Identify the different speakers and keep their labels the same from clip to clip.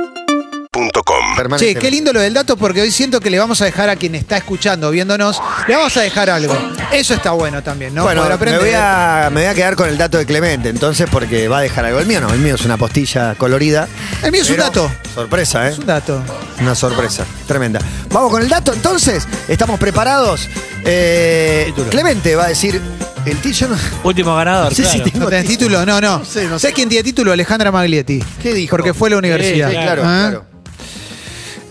Speaker 1: UrbanaPlayFM.com
Speaker 2: Che,
Speaker 3: Permanecemos.
Speaker 2: qué lindo lo del dato porque hoy siento que le vamos a dejar a quien está escuchando, viéndonos, le vamos a dejar algo. Eso está bueno también, ¿no?
Speaker 3: bueno,
Speaker 2: Poder
Speaker 3: me
Speaker 2: aprender.
Speaker 3: voy, a, me voy a quedar con el dato de Clemente, entonces, porque va a dejar algo el mío, no. El mío es una postilla colorida.
Speaker 2: El mío es un
Speaker 3: Pero-
Speaker 2: dato.
Speaker 3: Sorpresa, ¿eh?
Speaker 2: Es un dato.
Speaker 3: Una sorpresa, tremenda. Vamos con el dato, entonces, estamos preparados. Eh,
Speaker 4: Título.
Speaker 3: Clemente va a decir, el tío yo no...
Speaker 4: Último ganador.
Speaker 3: No sé si
Speaker 4: claro.
Speaker 3: tengo
Speaker 2: ¿No tenés título? No, no.
Speaker 3: sé, no
Speaker 2: ¿Sabés
Speaker 3: sé.
Speaker 2: quién tiene título? Alejandra Maglietti.
Speaker 3: ¿Qué dijo?
Speaker 2: Porque fue a la universidad.
Speaker 3: Sí, claro,
Speaker 2: ¿Ah?
Speaker 3: claro.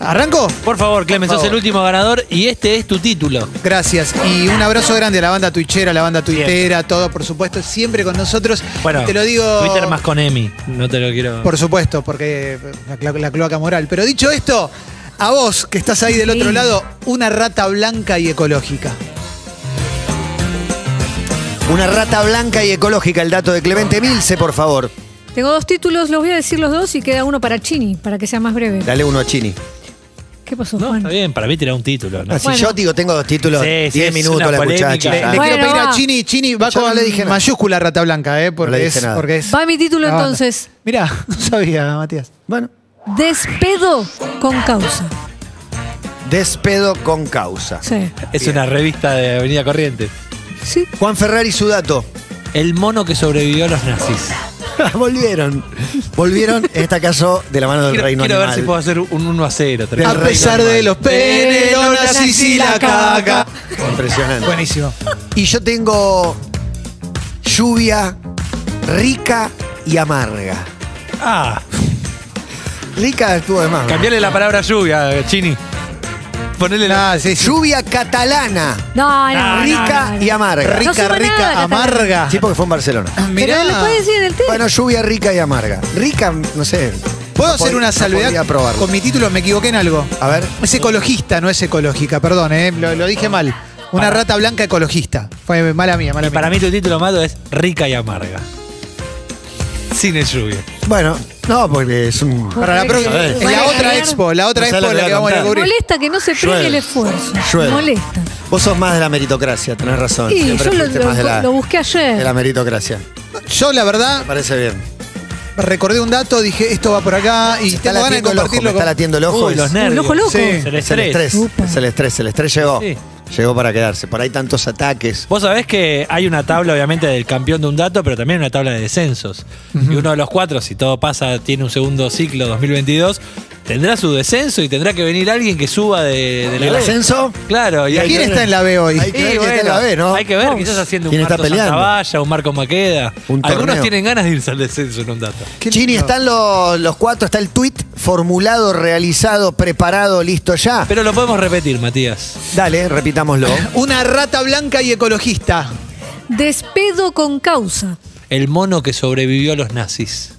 Speaker 2: ¿Arranco?
Speaker 4: Por favor, Clemens, sos
Speaker 3: favor.
Speaker 4: el último ganador y este es tu título.
Speaker 2: Gracias. Y un abrazo grande a la banda tuichera, a la banda tuitera, todo, por supuesto, siempre con nosotros.
Speaker 4: Bueno,
Speaker 2: Y te lo digo.
Speaker 4: Twitter más con Emi. No te lo quiero.
Speaker 2: Por supuesto, porque la, clo- la cloaca moral. Pero dicho esto, a vos que estás ahí del otro lado, una rata blanca y ecológica.
Speaker 3: Una rata blanca y ecológica, el dato de Clemente Milce, por favor.
Speaker 5: Tengo dos títulos, los voy a decir los dos y queda uno para Chini, para que sea más breve.
Speaker 3: Dale uno a Chini.
Speaker 5: ¿Qué pasó,
Speaker 4: No,
Speaker 5: Juan?
Speaker 4: está bien, para mí tirar un título. ¿no?
Speaker 3: Ah, Si
Speaker 5: Bueno.
Speaker 3: yo digo, tengo dos títulos,
Speaker 4: Sí,
Speaker 3: 10
Speaker 4: sí, es
Speaker 3: minutos
Speaker 4: una
Speaker 3: la
Speaker 4: polémica.
Speaker 3: muchacha.
Speaker 2: Le,
Speaker 4: Ah.
Speaker 2: le
Speaker 5: Bueno,
Speaker 2: quiero pedir a
Speaker 5: va.
Speaker 2: Chini, Chini va
Speaker 3: Yo no
Speaker 2: con
Speaker 3: le dije nada.
Speaker 2: mayúscula rata blanca, ¿eh? Porque
Speaker 3: No le dije
Speaker 2: es.
Speaker 3: nada.
Speaker 2: Porque es
Speaker 5: Va mi título,
Speaker 2: la banda.
Speaker 5: entonces.
Speaker 2: Mirá, no sabía, Matías.
Speaker 3: Bueno,
Speaker 5: Despedo con causa.
Speaker 3: despedo con causa.
Speaker 5: Sí.
Speaker 4: Es una revista de Avenida Corrientes.
Speaker 5: Sí.
Speaker 3: Juan Ferrari, su dato.
Speaker 4: El mono que sobrevivió a los nazis.
Speaker 3: Volvieron. Volvieron, en este caso, de la mano del
Speaker 4: Quiero,
Speaker 3: reino
Speaker 4: quiero ver
Speaker 3: animal.
Speaker 4: si puedo hacer un 1 a 0.
Speaker 3: Del
Speaker 2: A
Speaker 3: reino
Speaker 2: pesar de
Speaker 3: animal.
Speaker 2: los penes, los nazis y la caca.
Speaker 3: Impresionante.
Speaker 2: Buenísimo.
Speaker 3: Y yo tengo lluvia rica y amarga.
Speaker 4: Ah,
Speaker 3: Rica estuvo de más. ¿no?
Speaker 4: cambiale la palabra lluvia, Chini. Ponele la.
Speaker 2: Ah, sí, sí.
Speaker 3: Lluvia catalana.
Speaker 5: No, no, no,
Speaker 3: rica
Speaker 5: no, no.
Speaker 3: y amarga.
Speaker 5: No
Speaker 2: Rica,
Speaker 5: suma
Speaker 2: rica,
Speaker 5: nada,
Speaker 2: amarga.
Speaker 3: Sí, porque fue en Barcelona.
Speaker 2: Mirá.
Speaker 5: Pero lo puedes decir en el título.
Speaker 3: Bueno, lluvia rica y amarga. Rica, no sé.
Speaker 2: ¿Puedo
Speaker 3: No
Speaker 2: hacer
Speaker 3: pod-
Speaker 2: una
Speaker 3: no
Speaker 2: salvedad?
Speaker 3: podía probarlo.
Speaker 2: Con mi título me equivoqué en algo.
Speaker 3: A ver.
Speaker 2: Es ecologista, no es ecológica, perdón, ¿eh? lo, lo dije mal. Una rata blanca ecologista. Fue mala mía, mala
Speaker 4: Y
Speaker 2: mía.
Speaker 4: para mí tu título malo es Rica y Amarga. Sin el lluvia.
Speaker 3: Bueno, no, porque es un.
Speaker 2: Para la próxima.
Speaker 5: Porque-
Speaker 2: En la otra expo, eh, la otra
Speaker 3: No sé
Speaker 2: expo
Speaker 3: lo que
Speaker 2: la
Speaker 3: voy
Speaker 2: que
Speaker 3: a
Speaker 2: vamos a
Speaker 3: contar.
Speaker 2: cubrir.
Speaker 5: Molesta que no se
Speaker 3: Llueve.
Speaker 5: premie el esfuerzo.
Speaker 3: Llueve.
Speaker 5: Molesta.
Speaker 3: Vos sos más de la meritocracia, tenés razón.
Speaker 5: Y
Speaker 3: Siempre
Speaker 5: yo lo,
Speaker 3: fuiste
Speaker 5: lo-
Speaker 3: más de la-
Speaker 5: lo busqué
Speaker 3: de la
Speaker 5: ayer.
Speaker 3: meritocracia.
Speaker 2: Yo, la verdad,
Speaker 3: Me parece bien.
Speaker 2: recordé un dato, dije esto va por acá y
Speaker 3: Se está
Speaker 2: tengo ganas de
Speaker 3: latiendo el ojo, me
Speaker 2: compartirlo
Speaker 3: está
Speaker 2: con.
Speaker 3: latiendo el ojo.
Speaker 4: Uy,
Speaker 3: es-
Speaker 4: los nervios.
Speaker 5: El ojo loco.
Speaker 2: Sí.
Speaker 4: Es el
Speaker 3: es el
Speaker 4: estrés.
Speaker 3: estrés.
Speaker 5: Upa.
Speaker 3: Es el estrés. El estrés llegó.
Speaker 4: Sí.
Speaker 3: Llegó para quedarse. Por ahí tantos ataques.
Speaker 4: Vos sabés que hay una tabla, obviamente, del campeón de un dato, pero también una tabla de descensos. Y uno de los cuatro, si todo pasa, tiene un segundo ciclo 2022, tendrá su descenso y tendrá que venir alguien que suba de, de la
Speaker 3: ¿El
Speaker 4: B.
Speaker 3: ascenso?
Speaker 4: Claro. Y hay
Speaker 2: ¿Quién
Speaker 4: que-
Speaker 2: está en la B hoy?
Speaker 3: Hay que
Speaker 4: Y
Speaker 3: ver quién
Speaker 4: bueno,
Speaker 3: está en la B, ¿no?
Speaker 4: Hay que ver, quizás haciendo un
Speaker 3: ¿Quién está
Speaker 4: Marco
Speaker 3: peleando?
Speaker 4: Santavalla, un Marco Maqueda.
Speaker 3: Un
Speaker 4: Algunos
Speaker 3: torneo.
Speaker 4: tienen ganas de irse al descenso en un dato.
Speaker 3: Chini, están los, los cuatro. Está el tweet formulado, realizado, preparado, listo ya.
Speaker 4: Pero lo podemos repetir, Matías.
Speaker 3: Dale, repitámoslo.
Speaker 2: Una rata blanca y ecologista.
Speaker 5: Despedo con causa.
Speaker 4: El mono que sobrevivió a los nazis.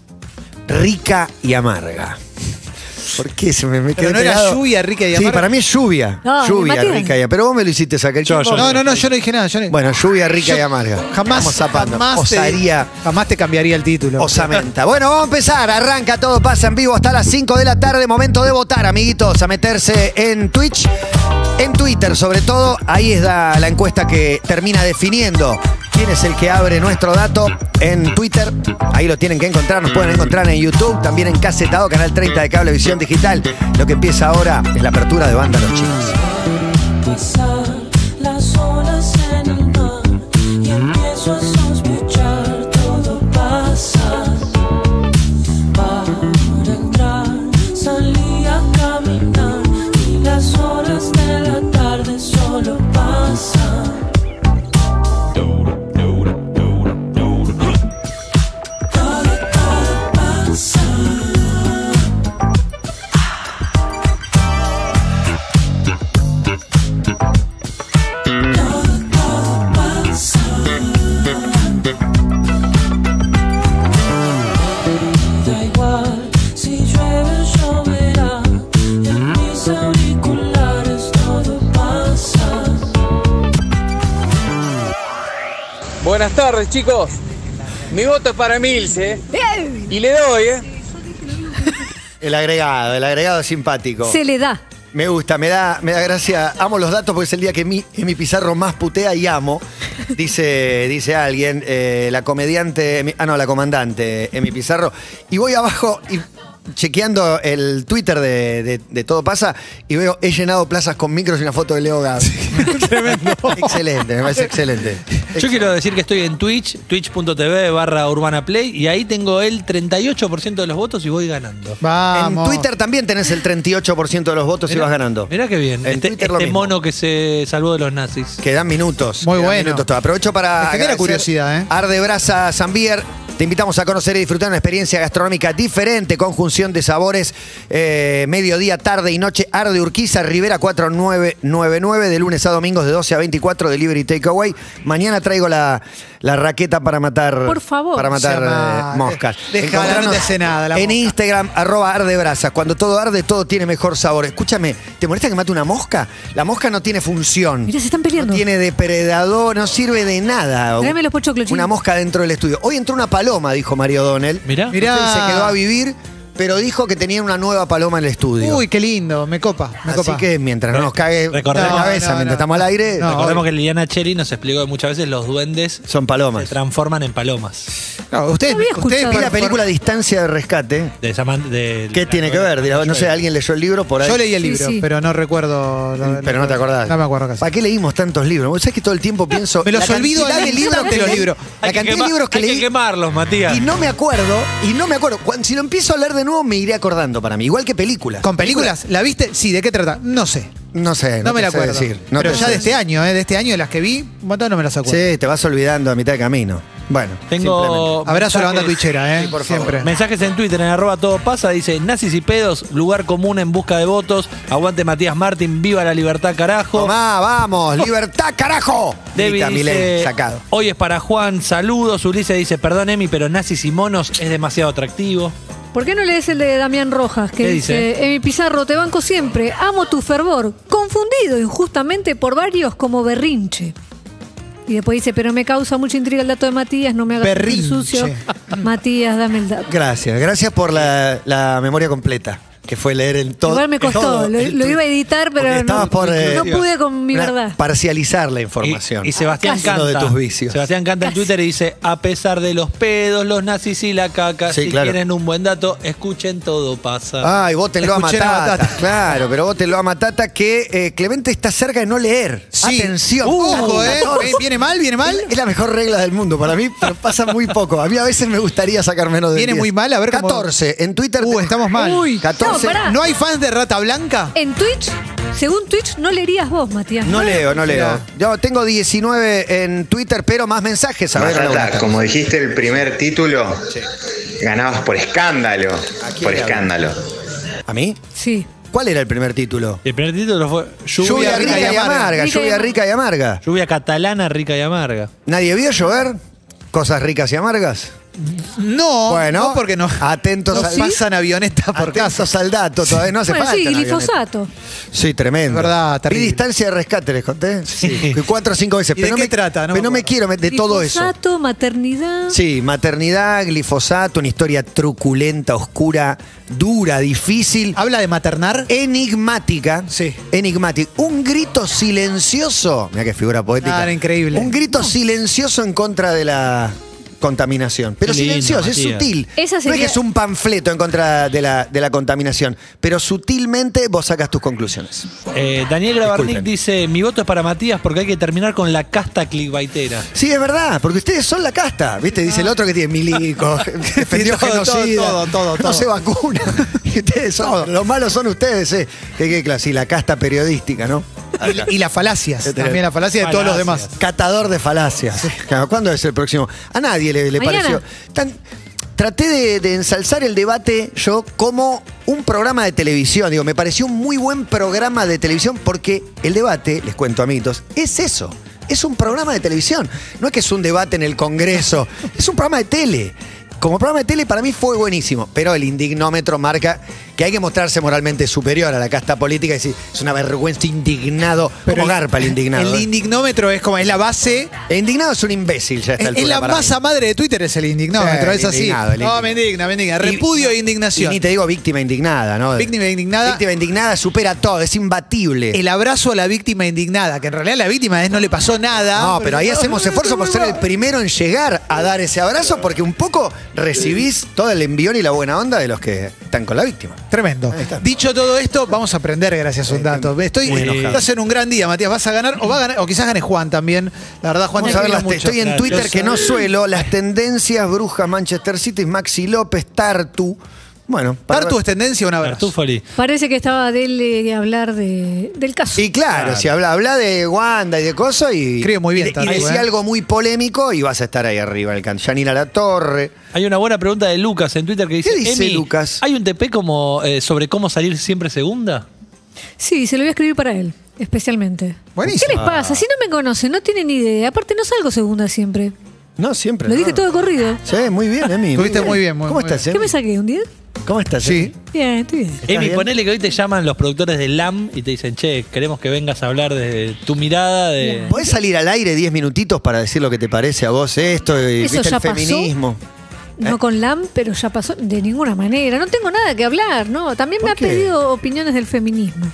Speaker 3: Rica y amarga. ¿Por qué se me, me
Speaker 2: Pero
Speaker 3: quedé
Speaker 2: no era
Speaker 3: pegado?
Speaker 2: lluvia rica y
Speaker 3: Sí,
Speaker 2: amarga.
Speaker 3: para mí es lluvia.
Speaker 5: No,
Speaker 3: lluvia
Speaker 5: Matías.
Speaker 3: rica y amarga. Pero vos me lo hiciste sacar.
Speaker 4: Yo,
Speaker 3: chico.
Speaker 4: yo.
Speaker 2: No, no, no, yo no dije nada. Yo no-
Speaker 3: Bueno, lluvia rica y amarga.
Speaker 2: jamás,
Speaker 3: Vamos zapando.
Speaker 2: jamás,
Speaker 3: Osaría.
Speaker 2: te, jamás te cambiaría el título.
Speaker 3: Osamenta. Bueno, vamos a empezar. Arranca todo, pasa en vivo hasta las 5 de la tarde. Momento de votar, amiguitos, a meterse en Twitch, en Twitter sobre todo. Ahí es la, la encuesta que termina definiendo quién es el que abre nuestro dato en Twitter. Ahí lo tienen que encontrar. Nos pueden encontrar en YouTube, también en Casetado, Canal 30 de Cablevisión Digital. Lo que empieza ahora es la apertura de Banda Los Chicos.
Speaker 6: Pasar las horas en el mar y empiezo a sospechar todo pasa para entrar salí a caminar y las horas de la tarde solo pasan. Todo todo pasa. Da igual si llueve o lloverá, en mis auriculares todo pasa.
Speaker 7: Buenas tardes, chicos. Mi voto es para Milce. Y le doy, ¿eh?
Speaker 3: El agregado, el agregado simpático.
Speaker 5: Se le da.
Speaker 3: Me gusta, me da, me da gracia. Amo los datos porque es el día que mi, que mi pizarro más putea y amo. dice, dice alguien, eh, la comediante, Emi- ah no, la comandante Emi Pizarro. Y voy abajo y chequeando el Twitter de, de- de Todo Pasa y veo, he llenado plazas con micros y una foto de Leo Gávez. Tremendo. excelente, me parece excelente.
Speaker 4: Yo quiero decir que estoy en Twitch, twitch.tv barra Urbana Play, y ahí tengo el 38% de los votos y voy ganando.
Speaker 2: Vamos.
Speaker 3: En Twitter también tenés el 38% de los votos y vas ganando.
Speaker 4: Mirá qué bien.
Speaker 3: En
Speaker 4: este
Speaker 3: Twitter lo
Speaker 4: este
Speaker 3: mismo.
Speaker 4: mono que se salvó de los nazis.
Speaker 3: Quedan minutos.
Speaker 2: Muy
Speaker 3: quedan
Speaker 2: bueno.
Speaker 3: minutos todavía. Aprovecho para.
Speaker 2: Me genera
Speaker 3: agradecer
Speaker 2: curiosidad, ¿eh?
Speaker 3: Arde Brasa Zambier. Te invitamos a conocer y disfrutar una experiencia gastronómica diferente, conjunción de sabores, eh, mediodía, tarde y noche. Arde Urquiza, Rivera 4999, de lunes a domingos de 12 a 24, delivery takeaway. Mañana traigo la, la raqueta para matar
Speaker 5: Por favor.
Speaker 3: para matar
Speaker 2: Se llama-
Speaker 3: eh, moscas.
Speaker 2: Dejala,
Speaker 3: Encontranos
Speaker 2: no te hace nada, la
Speaker 3: en
Speaker 2: mosca.
Speaker 3: Instagram, arroba arde brasa. Cuando todo arde, todo tiene mejor sabor. Escúchame, ¿te molesta que mate una mosca? La mosca no tiene función.
Speaker 5: Mirá, se están peleando.
Speaker 3: No tiene depredador, no sirve de nada.
Speaker 5: Tráeme los pochoclos, Chino.
Speaker 3: Una mosca dentro del estudio. Hoy entró una paloma, dijo Mario Donnell.
Speaker 4: Mirá.
Speaker 3: No sé
Speaker 2: Mirá.
Speaker 3: si Se quedó a vivir, pero dijo que tenían una nueva paloma en el estudio.
Speaker 2: Uy, qué lindo, me copa, me
Speaker 3: Así
Speaker 2: copa.
Speaker 3: que mientras no nos cague en la
Speaker 4: Recordemos-
Speaker 3: cabeza,
Speaker 2: No, no,
Speaker 3: mientras
Speaker 2: no.
Speaker 3: estamos al aire,
Speaker 2: No.
Speaker 4: Recordemos que Liliana Cheri nos explicó que muchas veces los duendes
Speaker 3: son
Speaker 4: se
Speaker 3: palomas.
Speaker 4: transforman en palomas.
Speaker 2: No, ustedes,
Speaker 5: No había
Speaker 2: ustedes
Speaker 5: escuchado.
Speaker 3: Vi
Speaker 2: por-
Speaker 3: la película Distancia de Rescate.
Speaker 4: De esa man- de-
Speaker 3: ¿Qué
Speaker 4: la
Speaker 3: tiene que
Speaker 4: novela
Speaker 3: ver? Dirá, No sé,
Speaker 4: Joel.
Speaker 3: alguien leyó el libro por
Speaker 2: por-
Speaker 3: ahí.
Speaker 2: Yo leí el
Speaker 5: Sí,
Speaker 2: libro,
Speaker 5: sí.
Speaker 2: pero no recuerdo. la-
Speaker 3: Mm, Pero no te acordás.
Speaker 2: No me acuerdo casi.
Speaker 3: ¿Para qué leímos tantos libros? Vos sabés que todo el tiempo pienso.
Speaker 2: Me los
Speaker 3: la
Speaker 2: olvido
Speaker 3: cantidad
Speaker 2: al
Speaker 3: de
Speaker 2: instante
Speaker 3: libros que
Speaker 2: los
Speaker 3: leí.
Speaker 2: libros.
Speaker 3: La
Speaker 4: Hay que
Speaker 3: cantidad de
Speaker 4: quema-
Speaker 3: libros que
Speaker 4: hay
Speaker 3: leí.
Speaker 4: quemarlos, Matías.
Speaker 3: Y no me acuerdo, y no me acuerdo. Cuan- Si lo empiezo a leer de nuevo, me iré acordando para mí. Igual que películas.
Speaker 2: ¿Con películas? ¿La viste? Sí, ¿de qué trata? No sé.
Speaker 3: No sé.
Speaker 2: No, me
Speaker 3: te
Speaker 2: la
Speaker 3: sé
Speaker 2: acuerdo.
Speaker 3: decir. No
Speaker 2: pero
Speaker 3: te
Speaker 2: ya
Speaker 3: sé
Speaker 2: de este
Speaker 3: decir.
Speaker 2: año, ¿eh? De este año, las que vi, un montón no me las acuerdo.
Speaker 3: Sí, te vas olvidando a mitad de camino. Bueno.
Speaker 4: Tengo
Speaker 2: Abrazo a la banda
Speaker 4: mensajes-
Speaker 2: twitchera, ¿eh?
Speaker 3: Sí, por favor.
Speaker 2: Siempre.
Speaker 4: Mensajes en Twitter, en arroba todo pasa, dice nazis y pedos, lugar común en busca de votos, aguante Matías Martín, viva la libertad carajo.
Speaker 3: Tomá, vamos. Libertad, carajo.
Speaker 4: David
Speaker 3: Grita Milei,
Speaker 4: dice,
Speaker 3: sacado.
Speaker 4: hoy es para Juan, saludos. Ulises dice, perdón Emi, pero nazis y monos es demasiado atractivo.
Speaker 5: ¿Por qué no lees el de Damián Rojas? Que
Speaker 4: ¿Qué
Speaker 5: dice,
Speaker 4: dice?
Speaker 5: Emi Pizarro, te banco siempre, amo tu fervor, confundido injustamente por varios como berrinche. Y después dice, pero me causa mucha intriga el dato de Matías, no me hagas sentir
Speaker 2: Berrinche.
Speaker 5: sucio. Matías, dame el dato.
Speaker 3: Gracias. Gracias por la, la memoria completa. Que fue leer el todo.
Speaker 5: Igual me costó,
Speaker 3: todo,
Speaker 5: lo-
Speaker 3: el
Speaker 5: lo
Speaker 3: tuit.
Speaker 5: iba a editar, pero
Speaker 3: Porque
Speaker 5: no-
Speaker 3: estabas por, eh,
Speaker 5: no pude con mi
Speaker 3: una-
Speaker 5: verdad.
Speaker 3: Parcializar la
Speaker 4: Y,
Speaker 3: información.
Speaker 4: y Sebastián
Speaker 3: Es
Speaker 4: canta.
Speaker 3: Uno de tus vicios.
Speaker 4: Sebastián canta en Twitter y dice, a pesar de los pedos, los nazis y la caca,
Speaker 3: Sí,
Speaker 4: si
Speaker 3: claro.
Speaker 4: quieren un buen dato, escuchen todo pasa.
Speaker 3: Ay, vótenlo a
Speaker 2: Escuché a
Speaker 3: Matata.
Speaker 2: Matata.
Speaker 3: Claro, pero vótenlo a Matata que eh, Clemente está cerca de no leer.
Speaker 2: Sí.
Speaker 3: Atención.
Speaker 2: Ojo, ¿eh?
Speaker 3: Todos.
Speaker 2: ¿Viene mal? ¿Viene mal?
Speaker 3: Es la mejor regla del mundo para mí, pero pasa muy poco. A mí a veces me gustaría sacar menos de
Speaker 2: Viene
Speaker 3: 10.
Speaker 2: muy mal, a ver cómo-
Speaker 3: 14. En Twitter.
Speaker 2: Uh,
Speaker 3: te-
Speaker 2: estamos mal.
Speaker 5: Uy,
Speaker 3: 14.
Speaker 5: no, pará.
Speaker 2: ¿No hay fans de Rata Blanca?
Speaker 5: En Twitch, según Twitch, no leerías vos, Matías.
Speaker 3: No leo, no leo.
Speaker 2: Mirá.
Speaker 3: Yo tengo 19 en Twitter, pero más mensajes. A ver,
Speaker 1: Matata,
Speaker 3: Laura.
Speaker 1: como dijiste el primer título, ganabas por escándalo.
Speaker 3: ¿A quién
Speaker 1: Por
Speaker 3: le hablo?
Speaker 1: escándalo.
Speaker 3: ¿A mí?
Speaker 5: Sí.
Speaker 3: ¿Cuál era el primer título?
Speaker 4: El primer título fue
Speaker 3: Lluvia rica y amarga.
Speaker 5: Rica y
Speaker 3: Lluvia
Speaker 5: amarga.
Speaker 3: rica y amarga.
Speaker 4: Lluvia catalana, rica y amarga.
Speaker 3: ¿Nadie vio llover? ¿Cosas ricas y amargas?
Speaker 2: No,
Speaker 3: Bueno,
Speaker 2: no porque no.
Speaker 3: atentos
Speaker 2: no
Speaker 3: al-
Speaker 2: pasan avionetas por casa.
Speaker 3: Atentos al dato, todavía no hace
Speaker 5: Bueno,
Speaker 3: falta.
Speaker 5: sí,
Speaker 3: una avioneta.
Speaker 5: glifosato.
Speaker 3: Sí, tremendo.
Speaker 2: Es verdad, terrible.
Speaker 3: Y distancia de rescate, les conté. Sí. Cuatro o cinco veces.
Speaker 2: ¿Y de qué trata? No
Speaker 3: pero
Speaker 2: me
Speaker 3: no me quiero
Speaker 2: acuerdo.
Speaker 3: met- de todo eso.
Speaker 5: Glifosato, maternidad.
Speaker 3: Sí, maternidad, glifosato, una historia truculenta, oscura, dura, difícil,
Speaker 2: ¿Habla de maternar?
Speaker 3: enigmática.
Speaker 2: Sí.
Speaker 3: Enigmática. Un grito silencioso. Mira qué figura poética.
Speaker 2: Ah, era increíble.
Speaker 3: Un grito silencioso en contra de la contaminación. Pero
Speaker 4: Qué lindo,
Speaker 3: silencioso, es
Speaker 4: Matías.
Speaker 3: sutil.
Speaker 5: Esa
Speaker 3: No es que
Speaker 5: sería-
Speaker 3: es un panfleto en contra de la, de la contaminación, pero sutilmente vos sacas tus conclusiones.
Speaker 4: Eh, Daniel Grabarnik
Speaker 3: Disculpen.
Speaker 4: dice, mi voto es para Matías porque hay que terminar con la casta clickbaitera.
Speaker 3: Sí, es verdad, porque ustedes son la casta, ¿viste? Dice el
Speaker 5: Ah.
Speaker 3: otro que tiene milico, defendió
Speaker 2: todo,
Speaker 3: genocida,
Speaker 2: todo, todo, todo.
Speaker 3: no se vacuna. Y ustedes son, los malos son ustedes, ¿eh? ¿Qué, qué clase? Y la casta periodística, ¿no?
Speaker 2: Y, y las falacias.
Speaker 3: Este
Speaker 2: También las falacias de todos los demás.
Speaker 4: Falacias.
Speaker 3: Catador de falacias. Claro, ¿Cuándo es el próximo? A nadie le, le
Speaker 5: Mañana.
Speaker 3: pareció. Tan- traté de, de ensalzar el debate yo como un programa de televisión. Digo, me pareció un muy buen programa de televisión porque el debate, les cuento amiguitos, es eso. Es un programa de televisión. No es que es un debate en el Congreso. Es un programa de tele. Como programa de tele para mí fue buenísimo, pero el indignómetro marca que hay que mostrarse moralmente superior a la casta política y decir, es una vergüenza indignado. Pero
Speaker 2: el-
Speaker 3: garpa el indignado. ¿eh?
Speaker 2: El
Speaker 3: El,
Speaker 2: indignómetro es como, es la base.
Speaker 3: indignado es un imbécil ya a esta
Speaker 2: Es, es
Speaker 3: altura
Speaker 2: la
Speaker 3: para mí.
Speaker 2: masa madre de Twitter, es el indignómetro.
Speaker 3: Eh,
Speaker 2: es así.
Speaker 3: indignado, el
Speaker 2: No, me indigna, me indigna. Repudio
Speaker 3: Y-
Speaker 2: e indignación.
Speaker 3: Y ni te digo víctima indignada, ¿no?
Speaker 2: Víctima indignada.
Speaker 3: Víctima indignada supera todo, es imbatible.
Speaker 2: el abrazo a la víctima indignada, que en realidad la víctima es no le pasó nada.
Speaker 3: No, pero ahí hacemos esfuerzo por ser el primero en llegar a dar ese abrazo porque un poco recibís todo el envión y la buena onda de los que están con la víctima.
Speaker 2: Tremendo. Dicho todo esto, vamos a aprender gracias a un dato. Estoy,
Speaker 4: Muy enojado.
Speaker 2: estás en un gran día, Matías. Vas a ganar o, va a ganar, o quizás gane Juan también. La verdad, Juan
Speaker 3: Vamos
Speaker 2: te
Speaker 3: a ver las
Speaker 2: admiro
Speaker 3: te-
Speaker 2: mucho.
Speaker 3: Estoy en
Speaker 4: Claro,
Speaker 3: Twitter
Speaker 4: yo
Speaker 3: que
Speaker 4: soy-
Speaker 3: no suelo, las tendencias, Brujas, Manchester City, Maxi López, Tartu. Bueno, para
Speaker 2: Tartu
Speaker 3: ver-
Speaker 2: es tendencia un abrazo.
Speaker 4: Artufoli.
Speaker 5: Parece que estaba de él eh, hablar de- del caso.
Speaker 3: Y claro, si habla, habla de Wanda y de cosas y.
Speaker 2: Escribe muy bien,
Speaker 3: y de- Y,
Speaker 2: Tartu,
Speaker 3: decía
Speaker 2: ¿eh?
Speaker 3: algo muy polémico y vas a estar ahí arriba, el can. Yanina La Torre.
Speaker 4: Hay una buena pregunta de Lucas en Twitter que dice:
Speaker 3: ¿Qué dice
Speaker 4: "Emi,
Speaker 3: Lucas?
Speaker 4: ¿Hay un TP como, eh, sobre cómo salir siempre segunda?
Speaker 5: Sí, se lo voy a escribir para él, especialmente.
Speaker 2: Buenísimo.
Speaker 5: ¿Qué les pasa? Si no me conocen, no tienen ni idea. Aparte, no salgo segunda siempre.
Speaker 3: No, siempre.
Speaker 5: Lo dije
Speaker 3: no.
Speaker 5: todo de corrido.
Speaker 3: Sí, muy bien, Emi.
Speaker 2: Estuviste muy bien, muy-
Speaker 3: ¿Cómo
Speaker 2: muy
Speaker 3: estás,
Speaker 5: ¿Qué
Speaker 3: Emi?
Speaker 5: me saqué? ¿Un 10?
Speaker 3: ¿Cómo estás,
Speaker 2: Sí.
Speaker 5: Bien, estoy bien.
Speaker 4: Emi,
Speaker 3: bien?
Speaker 4: ponele que hoy te llaman los productores de LAM y te dicen: Che, queremos que vengas a hablar de tu mirada. de
Speaker 3: ¿Podés salir al aire 10 minutitos para decir lo que te parece a vos esto? Y,
Speaker 5: Eso
Speaker 3: ¿Viste
Speaker 5: ya
Speaker 3: el
Speaker 5: pasó.
Speaker 3: feminismo?
Speaker 5: No
Speaker 3: eh.
Speaker 5: con LAM, pero ya pasó de ninguna manera. No tengo nada que hablar, ¿no? También me
Speaker 3: ¿Por
Speaker 5: ha
Speaker 3: qué?
Speaker 5: pedido opiniones del feminismo.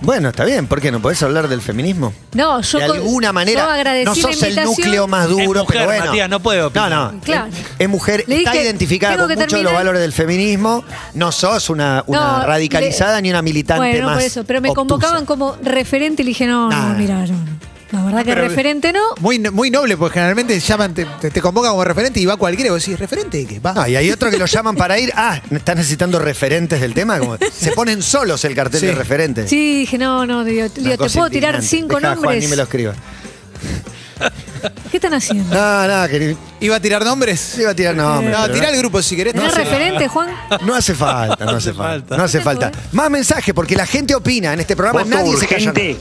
Speaker 3: Bueno, está bien, ¿por qué no podés hablar del feminismo?
Speaker 5: No, yo
Speaker 3: de
Speaker 5: con-
Speaker 3: alguna
Speaker 5: yo
Speaker 3: manera,
Speaker 5: agradecí
Speaker 3: no
Speaker 5: la
Speaker 3: sos el
Speaker 5: invitación.
Speaker 3: núcleo más duro,
Speaker 4: Es mujer,
Speaker 3: pero bueno.
Speaker 4: Matías, no puede opinar.
Speaker 3: No, no.
Speaker 5: Claro.
Speaker 3: Es, es mujer,
Speaker 5: Le
Speaker 3: está
Speaker 5: dije,
Speaker 3: identificada
Speaker 5: tengo
Speaker 3: con
Speaker 5: que
Speaker 3: muchos de los
Speaker 5: terminar.
Speaker 3: valores del feminismo. No sos una, una
Speaker 5: No,
Speaker 3: radicalizada
Speaker 5: le-
Speaker 3: ni una militante
Speaker 5: bueno,
Speaker 3: más.
Speaker 5: por eso, pero me
Speaker 3: obtusa.
Speaker 5: convocaban como referente y le dije, no,
Speaker 3: Nah.
Speaker 5: no, mira, no, no. La verdad que
Speaker 2: Pero-
Speaker 5: referente no.
Speaker 2: Muy, muy noble, porque generalmente llaman, te, te- te convocan como referente y va cualquiera. Y vos decís, ¿referente de qué? Va.
Speaker 3: No, y hay otro que lo llaman para ir. Ah, ¿estás necesitando referentes del tema? Como, se ponen solos el cartel
Speaker 2: Sí.
Speaker 3: de referentes.
Speaker 5: Sí, dije, no, no, digo,
Speaker 3: Una
Speaker 5: digo, te
Speaker 3: cosa
Speaker 5: puedo tirar
Speaker 3: indignante.
Speaker 5: cinco
Speaker 3: Dejá, Juan,
Speaker 5: nombres.
Speaker 3: ni me lo escribas.
Speaker 5: ¿Qué están haciendo?
Speaker 3: No, no, que
Speaker 2: ¿Iba a tirar nombres?
Speaker 3: iba a tirar
Speaker 5: Eh.
Speaker 3: nombres.
Speaker 2: No,
Speaker 3: pero
Speaker 2: tirá el grupo si querés.
Speaker 5: ¿Tenés
Speaker 2: No, sí.
Speaker 5: referente, Juan?
Speaker 3: No hace falta, no hace falta. No hace falta.
Speaker 5: Tampoco,
Speaker 3: Más mensajes, porque la gente opina. En este programa
Speaker 8: Voto
Speaker 3: nadie se calla.
Speaker 8: urgente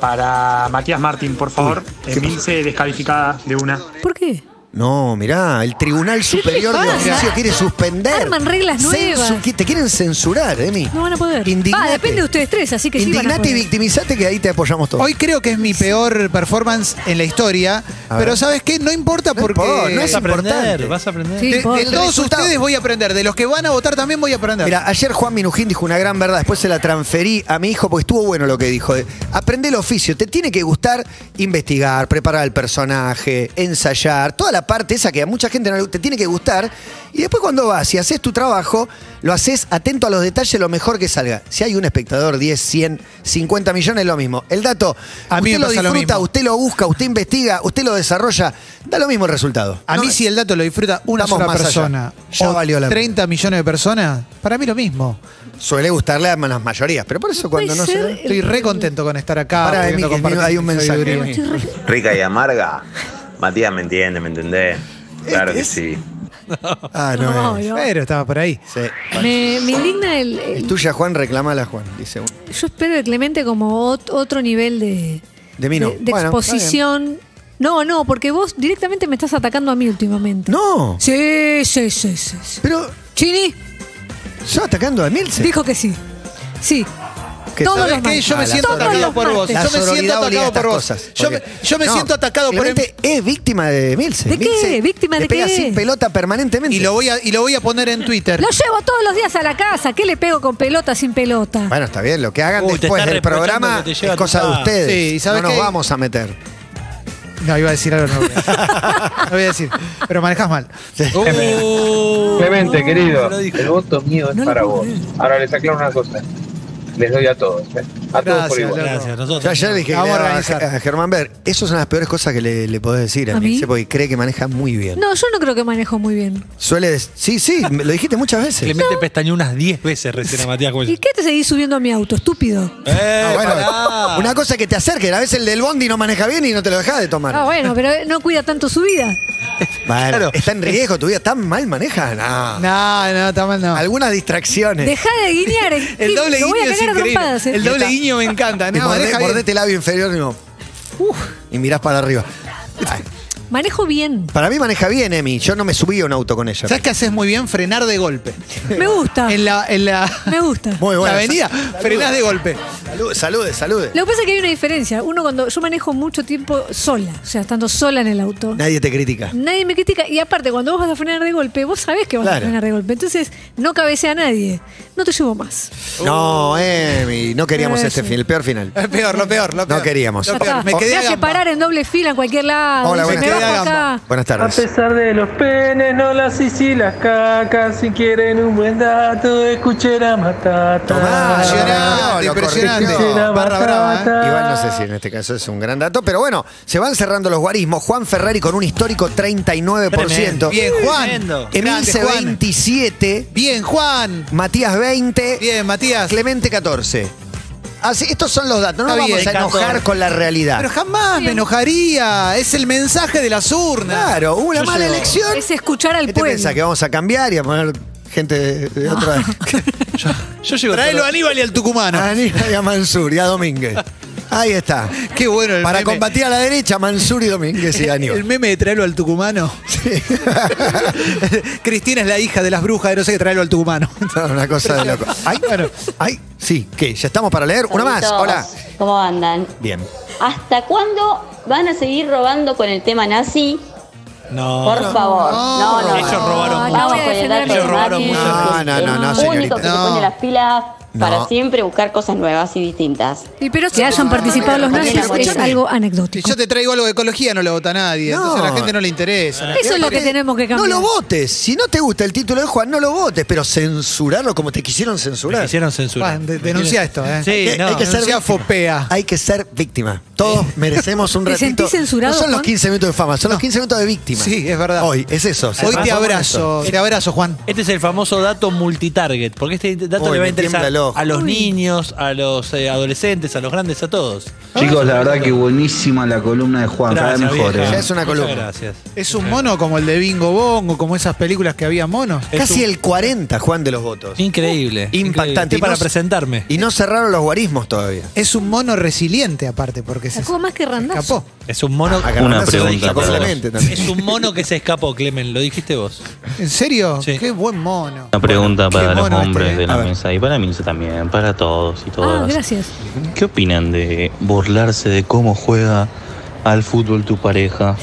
Speaker 8: para Matías Martín, por favor. Emilce descalificada de una.
Speaker 5: ¿Por qué?
Speaker 3: No, mirá, el Tribunal Superior de
Speaker 5: pasa?
Speaker 3: Oficio quiere suspender.
Speaker 5: Arman reglas nuevas.
Speaker 3: Te quieren censurar, Emi.
Speaker 5: No van a poder.
Speaker 3: Indignate.
Speaker 5: Va, depende de ustedes tres, así que sí van a
Speaker 3: Indignate y
Speaker 5: poder.
Speaker 3: victimizate que ahí te apoyamos todos.
Speaker 2: Hoy creo que es mi peor performance en la historia,
Speaker 3: A ver.
Speaker 2: pero ¿sabes qué? No importa
Speaker 3: No
Speaker 2: porque
Speaker 3: importa, no es
Speaker 4: Vas a aprender,
Speaker 3: importante.
Speaker 4: vas a aprender.
Speaker 5: Sí.
Speaker 2: de, de
Speaker 5: importa.
Speaker 2: todos
Speaker 3: Resultado.
Speaker 2: ustedes voy a aprender, de los que van a votar también voy a aprender.
Speaker 3: Mira, ayer Juan Minujín dijo una gran verdad, después se la transferí a mi hijo porque estuvo bueno lo que dijo. de, Aprende el oficio, te tiene que gustar investigar, preparar el personaje, ensayar, toda la parte esa que a mucha gente no le gusta, te tiene que gustar. Y después cuando vas y haces tu trabajo, lo haces atento a los detalles lo mejor que salga. Si hay un espectador, 10, 100, 50 millones, lo mismo. El dato,
Speaker 2: A mí me
Speaker 3: usted lo
Speaker 2: pasa lo
Speaker 3: disfruta,
Speaker 2: mismo.
Speaker 3: usted lo busca, usted investiga, usted lo desarrolla, da lo mismo el resultado.
Speaker 2: a
Speaker 3: No,
Speaker 2: mí si el dato lo disfruta una
Speaker 3: Vamos
Speaker 2: sola
Speaker 3: más allá.
Speaker 2: persona
Speaker 3: Ya
Speaker 2: o
Speaker 3: valió la pena.
Speaker 2: 30 millones de personas, para mí lo mismo.
Speaker 3: Suele gustarle a las mayorías, pero por eso cuando
Speaker 5: Puede
Speaker 3: no se...
Speaker 5: ser
Speaker 3: da-
Speaker 2: Estoy re contento con estar acá.
Speaker 3: Pará,
Speaker 2: pudiendo
Speaker 3: Emi, que
Speaker 2: compartir
Speaker 3: hay un
Speaker 2: mi
Speaker 3: mensaje,
Speaker 2: sabiduría.
Speaker 3: Emi.
Speaker 9: Rica y amarga. Matías me entiende, ¿me entendés? Claro que sí.
Speaker 3: Ah, no.
Speaker 5: No,
Speaker 3: es.
Speaker 5: obvio.
Speaker 2: Pero estaba por ahí.
Speaker 3: Sí.
Speaker 5: Me, me indigna el, el-
Speaker 3: Es tuya, Juan, reclamala, Juan, dice uno.
Speaker 5: Yo espero de Clemente como ot- otro nivel de,
Speaker 3: De mí no.
Speaker 5: de- de
Speaker 3: Bueno,
Speaker 5: exposición. No, no, porque vos directamente me estás atacando a mí últimamente.
Speaker 3: No,
Speaker 5: Sí, sí, sí, sí. sí.
Speaker 3: pero
Speaker 5: Chini
Speaker 3: yo atacando a Milce.
Speaker 5: dijo que sí. Sí.
Speaker 3: Que
Speaker 5: todos
Speaker 3: ¿sabés
Speaker 2: ¿Sabés
Speaker 5: los
Speaker 2: qué?
Speaker 5: martes.
Speaker 2: Yo me
Speaker 3: Ah,
Speaker 2: siento
Speaker 5: Todos
Speaker 2: atacado
Speaker 5: los
Speaker 2: por vos.
Speaker 5: martes.
Speaker 3: La
Speaker 2: Yo me siento
Speaker 3: sororidad obliga
Speaker 2: atacado
Speaker 3: estas
Speaker 2: por vos.
Speaker 3: cosas.
Speaker 2: yo me,
Speaker 3: porque-
Speaker 2: yo me
Speaker 3: No,
Speaker 2: siento atacado por Emi.
Speaker 3: Clemente es víctima de Milce.
Speaker 5: ¿De qué?
Speaker 3: Milce
Speaker 5: ¿Víctima
Speaker 3: le
Speaker 5: de
Speaker 3: pega
Speaker 5: qué?
Speaker 3: sin pelota permanentemente.
Speaker 2: Y lo voy a, y lo voy a poner en Twitter.
Speaker 5: Lo llevo todos los días a la casa. ¿Qué le pego con pelota sin pelota?
Speaker 3: Bueno, está bien, lo que hagan
Speaker 4: Uy, te
Speaker 3: después
Speaker 4: está
Speaker 3: del
Speaker 4: reprochando
Speaker 3: programa
Speaker 4: que te
Speaker 3: es
Speaker 4: lleva a tu
Speaker 3: cosa de
Speaker 4: casa.
Speaker 3: ustedes.
Speaker 2: Sí, ¿y sabés
Speaker 3: no nos
Speaker 2: qué?
Speaker 3: vamos a meter.
Speaker 2: No, iba a decir algo, no voy a decir. No voy a decir. Pero manejas mal.
Speaker 4: Uh,
Speaker 7: Clemente,
Speaker 4: no,
Speaker 7: querido,
Speaker 4: se lo dije.
Speaker 7: el voto mío es
Speaker 5: No lo
Speaker 7: para
Speaker 5: puedo
Speaker 7: vos.
Speaker 5: creer.
Speaker 7: Ahora les aclaro una cosa. Les doy a todos. ¿eh? A todos por
Speaker 2: Gracias,
Speaker 7: igual.
Speaker 4: Gracias, nosotros.
Speaker 3: Yo ayer dije
Speaker 2: Vamos a
Speaker 3: que le-
Speaker 2: organizar.
Speaker 3: a Germán Ver, esas son las peores cosas que le, le podés decir a,
Speaker 5: ¿A mí?
Speaker 3: Milce porque cree que maneja muy bien.
Speaker 5: No, yo no creo que manejo muy bien.
Speaker 3: Suele des- Sí, sí, me- lo dijiste muchas veces.
Speaker 4: Clemente pestañó unas 10 veces recién a Matías
Speaker 2: Pues
Speaker 4: Cuello.
Speaker 5: ¿Y qué te seguís subiendo a mi auto, estúpido?
Speaker 4: ¡Eh,
Speaker 3: Ah,
Speaker 4: pará!
Speaker 3: bueno, una cosa que te acerquen. A veces el del Bondi no maneja bien y no te lo deja de tomar.
Speaker 5: Ah, bueno, pero eh, no cuida tanto su vida.
Speaker 3: Bueno,
Speaker 4: Claro.
Speaker 3: está en riesgo tu vida, tan mal maneja. No.
Speaker 2: No, no, está mal, no.
Speaker 3: Algunas distracciones.
Speaker 5: Deja de guiñar. eh,
Speaker 2: El doble
Speaker 5: Lo voy a
Speaker 2: guiño es
Speaker 5: cagar a
Speaker 2: increíble.
Speaker 5: trompadas, eh.
Speaker 2: El doble guiño me encanta.
Speaker 3: Te
Speaker 2: No,
Speaker 3: mordé-
Speaker 2: maneja bien.
Speaker 3: mordete el labio inferior y no. y mirás para arriba. Ay,
Speaker 5: Manejo bien.
Speaker 3: Para mí maneja bien, Emi. Yo no me subí a un auto con ella.
Speaker 2: ¿Sabes qué haces muy bien? Frenar de golpe.
Speaker 5: Me gusta.
Speaker 2: En la, en la,
Speaker 5: Me gusta.
Speaker 3: Muy
Speaker 2: la
Speaker 3: buena.
Speaker 2: avenida, frenás de golpe.
Speaker 3: Salude, salude, salude.
Speaker 5: Lo que pasa es que hay una diferencia. Uno cuando yo manejo mucho tiempo sola, o sea, estando sola en el auto.
Speaker 3: Nadie te critica.
Speaker 5: Nadie me critica. Y aparte, cuando vos vas a frenar de golpe, vos sabés que vas a
Speaker 3: Claro.
Speaker 5: frenar de golpe. Entonces, no cabecea a nadie. No te llevo más.
Speaker 3: No, Emi, no queríamos
Speaker 5: Eso.
Speaker 3: este fin, el peor final.
Speaker 2: Es Eh, peor, lo peor, lo
Speaker 3: No
Speaker 2: peor.
Speaker 3: queríamos.
Speaker 2: Lo
Speaker 5: Ya
Speaker 2: peor.
Speaker 5: está.
Speaker 2: Me quedé
Speaker 5: Te
Speaker 2: a
Speaker 5: Oh, hace
Speaker 2: gamba.
Speaker 5: parar en doble fila en cualquier lado.
Speaker 3: Hola,
Speaker 5: Dice,
Speaker 3: buenas
Speaker 5: me
Speaker 2: quedé a
Speaker 5: bajo
Speaker 2: gamba.
Speaker 5: acá.
Speaker 3: Buenas
Speaker 7: A
Speaker 3: tardes.
Speaker 7: pesar de los penes, no las hice y las cacas. Si quieren un buen dato, escuchen a Matata.
Speaker 3: Tomá,
Speaker 2: Impresionante,
Speaker 3: No, lo
Speaker 2: Ah, impresionante.
Speaker 3: corrigió.
Speaker 2: Barra brava, ¿eh?
Speaker 3: Igual no sé si en este caso es un gran dato, pero bueno, se van cerrando los guarismos. Juan Ferrari con un histórico 39%.
Speaker 4: Tremendo.
Speaker 2: Bien, Juan.
Speaker 4: Tremendo.
Speaker 3: Emilce
Speaker 2: Grande, Juan.
Speaker 3: 27,
Speaker 2: Bien, Juan.
Speaker 3: Matías 20,
Speaker 2: Bien, Matías.
Speaker 3: Clemente 14. Así, estos son los datos, no nos
Speaker 2: Está
Speaker 3: vamos
Speaker 2: bien,
Speaker 3: a enojar
Speaker 4: 14.
Speaker 3: con la realidad.
Speaker 2: Pero jamás me enojaría. Es el mensaje de las urnas.
Speaker 3: claro, hubo una
Speaker 4: Yo
Speaker 3: mala
Speaker 4: llevo-
Speaker 3: elección.
Speaker 5: Es escuchar al
Speaker 3: ¿Qué te
Speaker 5: pueblo.
Speaker 3: pensás? ¿Que Este vamos a cambiar y a poner gente de, de otra
Speaker 4: Yo llego
Speaker 2: Traelo a
Speaker 4: todo-
Speaker 2: Aníbal y al tucumano.
Speaker 3: A Aníbal y a Mansur y a Domínguez. Ahí está.
Speaker 2: Qué bueno el
Speaker 3: Para
Speaker 2: meme.
Speaker 3: combatir a la derecha, Mansur y Domínguez y Aníbal.
Speaker 2: El meme de traerlo al tucumano. Cristina es la hija de las brujas, de no sé qué traerlo al tucumano.
Speaker 3: No, una cosa de loco. Ay, ay, sí, ¿qué? ¿Ya estamos para leer? Una más,
Speaker 10: Saludos.
Speaker 3: hola.
Speaker 10: ¿Cómo andan?
Speaker 3: Bien.
Speaker 10: ¿Hasta cuándo van a seguir robando con el tema nazi?
Speaker 4: No.
Speaker 10: Por favor. No, no.
Speaker 4: Ellos robaron
Speaker 10: Ah, no,
Speaker 4: mucho.
Speaker 10: Vamos con el dato
Speaker 5: Ellos
Speaker 10: de
Speaker 4: robaron
Speaker 10: Macri,
Speaker 4: mucho.
Speaker 3: No, no, no, no,
Speaker 10: el
Speaker 3: señorita.
Speaker 10: único que
Speaker 2: No.
Speaker 10: se pone las pilas
Speaker 3: No.
Speaker 10: para siempre buscar cosas nuevas y distintas.
Speaker 5: Y pero que hayan participado los
Speaker 3: Pero
Speaker 5: nazis es
Speaker 3: escúchame.
Speaker 5: algo
Speaker 2: Si
Speaker 5: anecdótico.
Speaker 2: yo te traigo algo de ecología, no lo vota nadie.
Speaker 3: No.
Speaker 2: Entonces a la gente no le interesa.
Speaker 5: Eso es lo que tenemos que cambiar.
Speaker 3: eh, No lo votes. Si no te gusta el título de Juan, no lo votes, pero censurarlo como te quisieron
Speaker 4: Me
Speaker 3: censurar.
Speaker 4: quisieron censurar.
Speaker 2: Juan, de-
Speaker 4: Me
Speaker 2: denuncia esto,
Speaker 4: quieren-
Speaker 2: ¿eh?
Speaker 4: Sí,
Speaker 3: Hay que-
Speaker 4: no.
Speaker 3: hay que ser
Speaker 2: Denuncia
Speaker 3: víctima.
Speaker 2: fopea.
Speaker 3: Hay que ser víctima. Todos merecemos un
Speaker 5: ¿Te
Speaker 3: ratito.
Speaker 5: sentís censurado,
Speaker 3: No son los
Speaker 5: Juan?
Speaker 3: 15 minutos de fama, son los 15 minutos de víctima.
Speaker 2: Sí, es verdad.
Speaker 3: Hoy, es eso. se
Speaker 2: Hoy te
Speaker 3: transforma en eso.
Speaker 2: abrazo, te abrazo, Juan.
Speaker 4: Este es el famoso dato multitarget, porque este dato
Speaker 3: Uy,
Speaker 4: le
Speaker 3: me
Speaker 4: va a
Speaker 3: tiembla
Speaker 4: interesar
Speaker 3: el ojo.
Speaker 4: a los niños, a los eh, adolescentes, a los grandes, a todos.
Speaker 11: Chicos, la verdad que buenísima la columna de Juan, cada
Speaker 4: Gracias,
Speaker 11: mejor.
Speaker 4: vieja.
Speaker 3: Ya
Speaker 11: eh.
Speaker 3: es una
Speaker 4: Muchas
Speaker 3: columna.
Speaker 4: Gracias.
Speaker 2: Es un mono como el de Bingo Bongo, como esas películas que había monos.
Speaker 4: Es
Speaker 3: Casi
Speaker 4: un-
Speaker 3: el 40, Juan, de los votos.
Speaker 4: Increíble.
Speaker 3: Uh, Impactante.
Speaker 4: increíble. Estoy
Speaker 3: Y
Speaker 4: para
Speaker 3: no-
Speaker 4: presentarme.
Speaker 3: Y no cerraron los guarismos todavía.
Speaker 2: Es un mono resiliente, aparte, porque se
Speaker 5: Sacó más que Randazzo.
Speaker 2: escapó.
Speaker 4: Es un mono.
Speaker 3: Acá
Speaker 11: Una
Speaker 3: Randazzo
Speaker 11: pregunta,
Speaker 3: dijo,
Speaker 11: por favor.
Speaker 3: Clemente también.
Speaker 4: Es un mono que se escapó, Clemen, lo dijiste vos.
Speaker 2: ¿En serio?
Speaker 4: Sí.
Speaker 2: Qué buen mono.
Speaker 11: Una pregunta
Speaker 2: Qué
Speaker 11: para los
Speaker 2: mono este,
Speaker 11: hombres
Speaker 2: ¿eh?
Speaker 11: de
Speaker 3: A
Speaker 11: la
Speaker 3: ver.
Speaker 11: mesa y para mí también, para todos y todas.
Speaker 5: Ah, gracias.
Speaker 11: ¿Qué opinan de burlarse de cómo juega al fútbol tu pareja?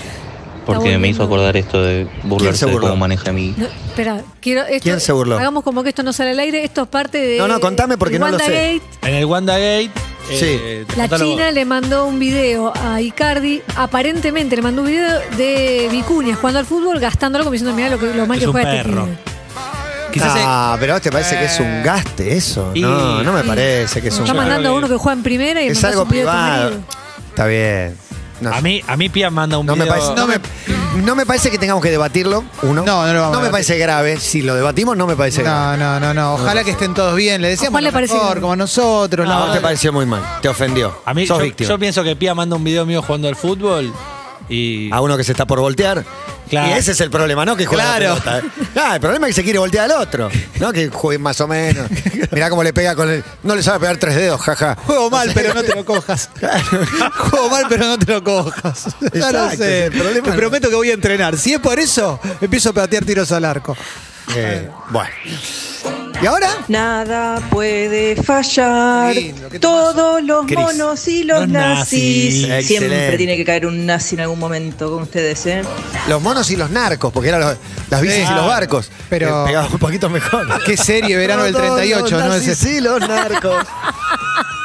Speaker 11: Porque me hizo
Speaker 5: volviendo.
Speaker 11: acordar esto de burlarse de
Speaker 3: burló?
Speaker 11: cómo maneja a mí.
Speaker 5: No, espera, quiero. esto-
Speaker 3: ¿Quién se burló?
Speaker 5: Hagamos como que esto no sale al aire. Esto es parte de.
Speaker 3: No, no, contame porque no lo sé.
Speaker 5: WandaGate.
Speaker 4: En el WandaGate. eh,
Speaker 5: La
Speaker 4: contalo vos.
Speaker 5: China le mandó un video a Icardi, aparentemente le mandó un video de Vicuña jugando al fútbol, gastándolo como diciendo, mirá lo, que, lo mal
Speaker 4: Es
Speaker 5: que
Speaker 4: un
Speaker 5: juega este
Speaker 4: perro.
Speaker 5: pibe".
Speaker 4: Quizás eh, es-
Speaker 3: ah, pero a vos te parece que es un gaste eso.
Speaker 4: Y-
Speaker 3: no, no me parece que es un
Speaker 5: Está
Speaker 4: yo
Speaker 3: gaste.
Speaker 5: mandando
Speaker 4: creo
Speaker 5: a
Speaker 4: que-
Speaker 5: uno que juega en primera y
Speaker 3: Es
Speaker 5: mandás
Speaker 3: algo
Speaker 5: un video de tu
Speaker 3: privado.
Speaker 5: marido.
Speaker 3: Está bien. No,
Speaker 4: a, mí, a mí Pia manda un
Speaker 3: no me
Speaker 4: video.
Speaker 3: parece, no, me, no me parece que tengamos que debatirlo. Uno.
Speaker 2: No, no lo vamos a
Speaker 3: me
Speaker 2: debatir.
Speaker 3: parece grave. Si lo debatimos, no me parece grave.
Speaker 2: No, no, no, no. Ojalá que estén todos bien. Le
Speaker 5: A
Speaker 2: decíamos
Speaker 5: Juan le
Speaker 2: lo
Speaker 5: parece
Speaker 2: mejor,
Speaker 5: bien.
Speaker 2: como nosotros.
Speaker 3: A
Speaker 2: la
Speaker 3: vos te
Speaker 2: verdad.
Speaker 3: pareció muy mal. Te ofendió.
Speaker 4: A mí,
Speaker 3: Sos
Speaker 4: yo,
Speaker 3: víctima.
Speaker 4: yo pienso que Pia manda un video mío jugando al fútbol y.
Speaker 3: a uno que se está por voltear.
Speaker 4: Claro.
Speaker 3: Y ese es el problema, ¿no? Que juega
Speaker 2: Claro.
Speaker 3: la pelota, ¿eh? Ah, el problema es que se quiere voltear al otro. No que juegue más o menos. Mirá cómo le pega con el. No le sabe pegar tres dedos, jaja.
Speaker 2: Juego mal, pero no te lo cojas. Juego mal, pero no te lo cojas. Ya lo
Speaker 3: Exacto,
Speaker 2: sé.
Speaker 3: el problema
Speaker 2: Te
Speaker 3: no-
Speaker 2: prometo que voy a entrenar. Si es por eso, empiezo a patear tiros al arco.
Speaker 3: Eh, bueno. ¿Y ahora?
Speaker 6: Nada puede fallar.
Speaker 2: Lindo, ¿qué te
Speaker 6: Todos los
Speaker 3: Cris.
Speaker 6: monos y los,
Speaker 4: Los nazis.
Speaker 6: nazis.
Speaker 3: Excelente.
Speaker 6: Siempre tiene que caer un nazi en algún momento con ustedes, ¿eh?
Speaker 3: Los monos y los narcos, porque eran los- las bicis
Speaker 2: Sí.
Speaker 3: y los barcos.
Speaker 2: Pero-
Speaker 3: Eh, pegaba un poquito mejor.
Speaker 2: Qué serie, verano del
Speaker 3: Todos
Speaker 2: 38,
Speaker 3: los
Speaker 2: ¿no?
Speaker 3: nazis
Speaker 2: Ese-
Speaker 3: y los narcos.